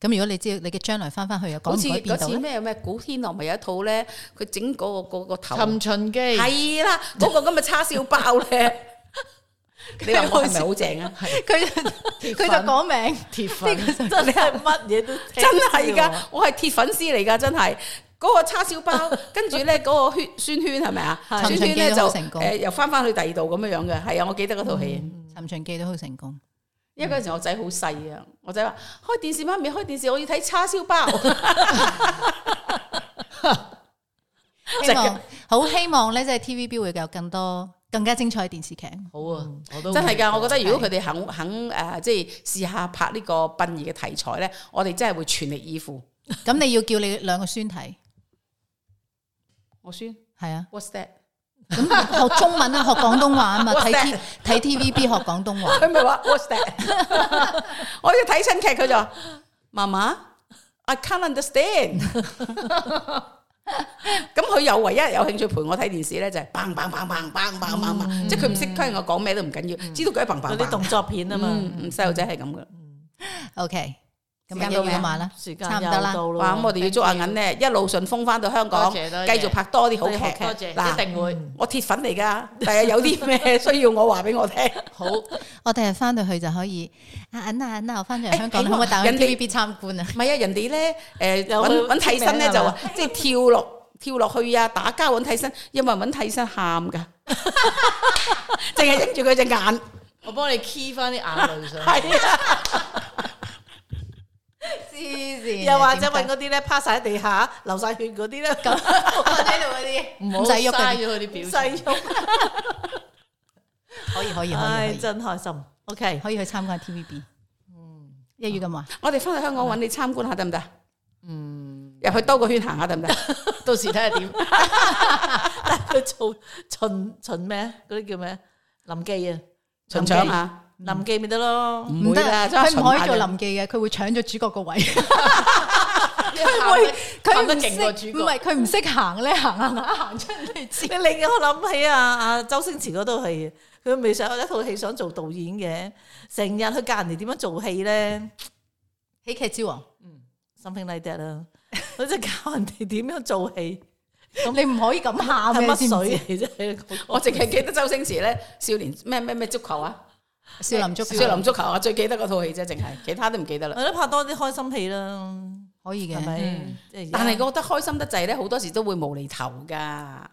Speaker 1: 咁如果你知道你嘅將來翻翻去又改
Speaker 7: 好似
Speaker 1: 唔改
Speaker 7: 嗰
Speaker 1: 變到
Speaker 7: 次
Speaker 1: 咧？
Speaker 7: 咩咩古天樂咪有一套咧，佢整嗰個嗰個頭啊
Speaker 4: 尋秦記
Speaker 7: 係啦，嗰個咁嘅叉燒包 <laughs> 咧，你話我係咪好正 <laughs> 啊？
Speaker 1: 佢 <laughs> 佢就講名，
Speaker 4: 鐵粉，
Speaker 3: 真係乜嘢都
Speaker 7: 真
Speaker 3: 聽
Speaker 7: 係
Speaker 3: 知喎
Speaker 7: 噶，我係鐵粉絲嚟噶，真係。嗰個叉 <laughs> 燒包，跟住咧嗰個圈酸圈係咪啊？
Speaker 1: 係
Speaker 7: 酸圈
Speaker 1: 尋
Speaker 7: 咧
Speaker 1: 秦記都
Speaker 7: 就
Speaker 1: 好成功
Speaker 7: 誒又翻翻去第二度咁樣樣嘅，係啊！我記得嗰套戲，
Speaker 1: 《尋秦記》都好成
Speaker 7: <laughs>
Speaker 1: 功。
Speaker 7: 因為嗰陣時我仔好細啊，我仔話開電視媽咪開電視，我要睇叉燒包。
Speaker 1: 希望好希望咧，即係 TVB 會有更多更加精彩嘅電
Speaker 7: <laughs>
Speaker 1: 視劇。
Speaker 4: 好啊，我都
Speaker 7: 真係㗎，我覺得如果佢哋肯肯誒、呃即係試下拍呢個殯儀嘅題材咧，我哋真係會全力以赴。
Speaker 1: 咁你要叫你兩個孫睇，
Speaker 7: 我孫
Speaker 1: 係啊，
Speaker 7: ，what's that？
Speaker 1: 咁學中文啊，學廣東話啊嘛，睇
Speaker 7: What's
Speaker 1: T 睇 TVB 學廣東話。
Speaker 7: 佢咪話 what's that？我
Speaker 4: <laughs>
Speaker 7: 要睇新劇，佢就話媽媽，I can't understand。 <laughs> 咁佢又唯一有興趣陪我睇電視咧，就
Speaker 4: 嗯
Speaker 7: 係 bang bang bang bang bang bang bang bang，即係佢唔識聽我講咩都唔緊要，
Speaker 4: 嗯
Speaker 7: 知道佢係 bang
Speaker 3: 嗰
Speaker 7: bang
Speaker 3: 啲
Speaker 7: bang。
Speaker 3: 動作片啊嘛，
Speaker 7: 嗯，細路仔係咁嘅。
Speaker 1: OK，咁
Speaker 7: 時
Speaker 1: 啊
Speaker 7: 間
Speaker 1: 要
Speaker 7: 到未啊
Speaker 1: 咁話啦，
Speaker 3: 時間
Speaker 1: 差
Speaker 3: 又
Speaker 1: 唔多啦
Speaker 3: 到
Speaker 7: 哇！
Speaker 3: 啦
Speaker 7: 咁我哋要捉阿銀咧，一路順風翻到香港，
Speaker 4: 多
Speaker 7: 繼
Speaker 4: 謝多謝
Speaker 7: 續拍多啲好劇。
Speaker 4: 多謝，
Speaker 7: 嗱
Speaker 4: 一定會
Speaker 7: 我鐵粉嚟㗎，第日有啲 <laughs> 咩需要我話俾我聽。
Speaker 4: 好。
Speaker 1: 我第日翻到去就可以，阿銀啊銀啊，我翻咗嚟香港，
Speaker 7: 哎
Speaker 1: 你可唔可以帶我
Speaker 7: 人哋
Speaker 1: 去 TVB 參觀啊？
Speaker 7: 唔係啊，人哋咧誒
Speaker 3: 有
Speaker 7: 揾
Speaker 3: 佢
Speaker 7: 揾替身咧
Speaker 3: 簽名係嘛
Speaker 7: 就話，即係跳落跳落去啊，打交揾替身，有冇人揾替身喊㗎？ <laughs> 淨係影住佢隻眼，
Speaker 4: 我幫你 key 翻啲眼淚
Speaker 7: <laughs>
Speaker 4: 上去，
Speaker 7: 係啊，
Speaker 1: 黐 <laughs> 線
Speaker 3: 又或者揾嗰啲咧趴晒喺地下流晒血嗰啲咧，咁
Speaker 1: 喺度嗰啲，
Speaker 4: 唔好
Speaker 1: 唔使
Speaker 4: 嘥
Speaker 1: 喐佢
Speaker 4: 咗佢啲表情。
Speaker 3: 細喐，
Speaker 1: 哋，可以可以可
Speaker 3: 唉
Speaker 1: 以可以
Speaker 3: 真開心。OK，
Speaker 1: 可以去參觀 TVB，一於咁啊話，
Speaker 7: 我哋翻去香港揾你參觀下得唔得？
Speaker 4: 嗯，
Speaker 7: 入去兜個圈行下得唔得？
Speaker 4: 到時睇下
Speaker 7: <laughs>
Speaker 4: 點。
Speaker 3: 佢做秦秦咩？嗰啲叫咩？林記啊，
Speaker 7: 巡長 <laughs> 啊！
Speaker 3: 林記咪得咯。
Speaker 7: 唔會啦，真係
Speaker 1: 佢唔可以
Speaker 3: 啊
Speaker 7: 巡下
Speaker 1: 做
Speaker 7: 嘅
Speaker 1: 林記嘅，佢會搶咗主角個位。
Speaker 4: 佢
Speaker 1: 會佢
Speaker 4: 喊得
Speaker 1: 唔
Speaker 4: 勁過主
Speaker 1: 識，唔
Speaker 4: 角，
Speaker 1: 係佢唔識行咧，行啊行下行出嚟知
Speaker 3: 你。令我諗起啊啊周星馳嗰套戲，佢未上有一套戲想做導演嘅，成日去教人哋點樣做戲咧
Speaker 1: 喜劇之王，
Speaker 3: ，something like that ờ. 啦，佢真係教人哋點樣做戲，
Speaker 1: 你唔可以咁喊
Speaker 3: 係
Speaker 1: 嘅，知唔知？
Speaker 3: 乜水嚟啫？
Speaker 7: 我淨係記得周星馳咧，少年咩咩咩足球啊，
Speaker 1: 少林足球，
Speaker 7: 少林足球，啊我最記得嗰套戲啫，淨係其他都唔記得啦。
Speaker 3: 我都拍多啲開心戲啦，
Speaker 1: 可以
Speaker 3: 係
Speaker 1: 嘅。
Speaker 3: 咪？即係而家
Speaker 7: 但係我覺得開心得滯咧，好多時都會無厘頭噶。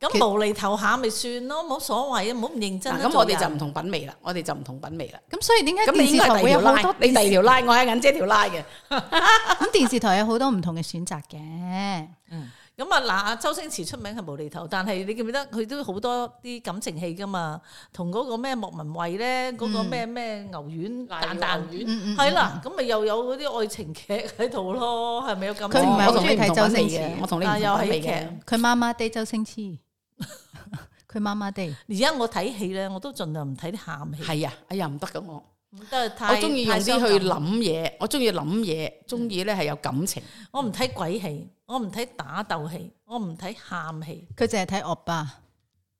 Speaker 3: 咁無厘頭下咪算咯，冇所謂啊，唔好唔認真
Speaker 7: 嗱，
Speaker 3: 啦。
Speaker 7: 咁我哋
Speaker 3: 做
Speaker 7: 就
Speaker 3: 人
Speaker 7: 唔同品味啦，我哋就唔同品味啦。
Speaker 1: 咁所以點解
Speaker 7: 咁你
Speaker 1: 電視
Speaker 7: 應該
Speaker 1: 台
Speaker 7: 係
Speaker 1: 會
Speaker 7: 第
Speaker 1: 有
Speaker 7: 二條
Speaker 1: 好
Speaker 7: 拉
Speaker 1: 多，
Speaker 7: 你第二條拉，我係銀姐條拉嘅。
Speaker 1: 咁電視台有好多唔同嘅嗯選擇嘅。
Speaker 3: 咁啊嗱，周星馳出名係無厘頭，但係你記唔記得佢都好多啲感情戲噶嘛？同嗰個咩莫文蔚咧，嗰
Speaker 7: 嗯
Speaker 3: 個咩咩牛丸蛋蛋
Speaker 4: 牛
Speaker 1: 嗯嗯
Speaker 3: 係啦，咁咪又有嗰啲愛情劇喺度咯，係咪有咁？
Speaker 1: 佢唔係好
Speaker 7: 我同
Speaker 1: 中意
Speaker 7: 你唔
Speaker 1: 睇
Speaker 7: 同
Speaker 1: 周
Speaker 7: 品味
Speaker 1: 星馳
Speaker 7: 嘅，我同你唔
Speaker 3: 啊，又
Speaker 7: 同品
Speaker 3: 係
Speaker 7: 味
Speaker 3: 劇。
Speaker 7: 嘅。
Speaker 1: 佢媽媽地周星馳， <laughs> 佢媽媽地
Speaker 3: 而家我睇戲咧，我都盡量唔睇啲喊戲，
Speaker 7: 係啊，哎呀唔得噶我，
Speaker 3: 唔得太
Speaker 7: 我中意用啲
Speaker 3: 太傷
Speaker 7: 去
Speaker 3: 感
Speaker 7: 諗嘢，我中意諗嘢，中意咧係有感情。
Speaker 3: 我唔睇鬼戲，我唔睇打鬥戲，我唔睇喊戲，
Speaker 1: 佢淨係睇惡霸，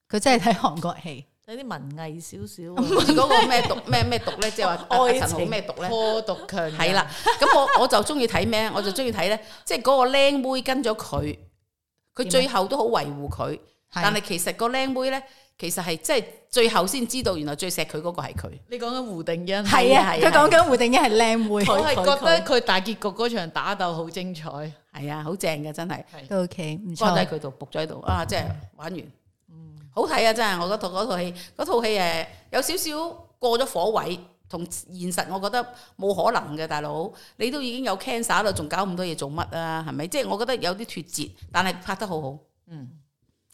Speaker 1: 佢真係睇韓國戲。
Speaker 3: 睇啲文藝少少
Speaker 7: <laughs>
Speaker 3: 啊。
Speaker 7: 嗰個咩毒咩咩毒咧，即係話阿
Speaker 3: 愛
Speaker 7: 陳豪
Speaker 3: 情
Speaker 7: 咩毒咧？
Speaker 4: 破毒強人
Speaker 7: 係啦，咁我我就中意睇咩？ <laughs> 我就中意睇咧，即係嗰個靚妹跟咗佢，佢最後都好維護佢，但係其實個靚妹咧，其實係即係最後先知道，原來最錫佢嗰個係佢。
Speaker 4: 你講緊胡定欣
Speaker 1: 係啊，
Speaker 7: 係
Speaker 1: 佢
Speaker 7: 啊
Speaker 1: 講緊胡定欣係靚
Speaker 4: 我
Speaker 1: 妹。
Speaker 4: 係覺得佢大結局嗰場打鬥好精彩，
Speaker 7: 係啊，好正嘅真係，
Speaker 4: 係嗯
Speaker 1: O K，唔
Speaker 7: 坐低
Speaker 1: 錯。
Speaker 7: 佢度，仆咗喺度啊，即係玩完，好睇啊！真係，我覺得嗰套戲，嗰套戲誒有少少過咗火位，同現實我覺得冇可能嘅，大佬，你都已經有 cancer 啦，仲搞咁多嘢做乜啊？係咪？即係我覺得有啲脱節，但係拍得好好。
Speaker 4: 嗯，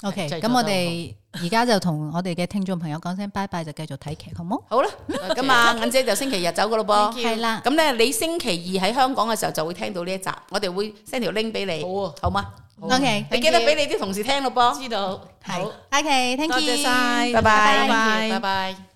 Speaker 1: O K，
Speaker 4: 製作
Speaker 1: 咁我哋而家就同我哋嘅聽眾朋友講聲拜拜，就繼續睇劇，好冇？
Speaker 4: <laughs>
Speaker 7: 好啦，咁啊，銀姐就星期日走噶咯噃。啊
Speaker 1: 係啦，
Speaker 7: 咁咧，你星期二喺香港嘅時候就會聽到呢一集，我哋會 send 條 link 俾你，
Speaker 4: 好啊
Speaker 7: 好嘛？
Speaker 4: 好
Speaker 1: OK
Speaker 7: 你記得俾你啲同事聽咯噃。
Speaker 4: 知道，
Speaker 1: 係
Speaker 4: 好，
Speaker 1: ，O K，thank
Speaker 3: 多
Speaker 1: you，
Speaker 3: 謝晒
Speaker 7: 拜拜
Speaker 4: 拜拜。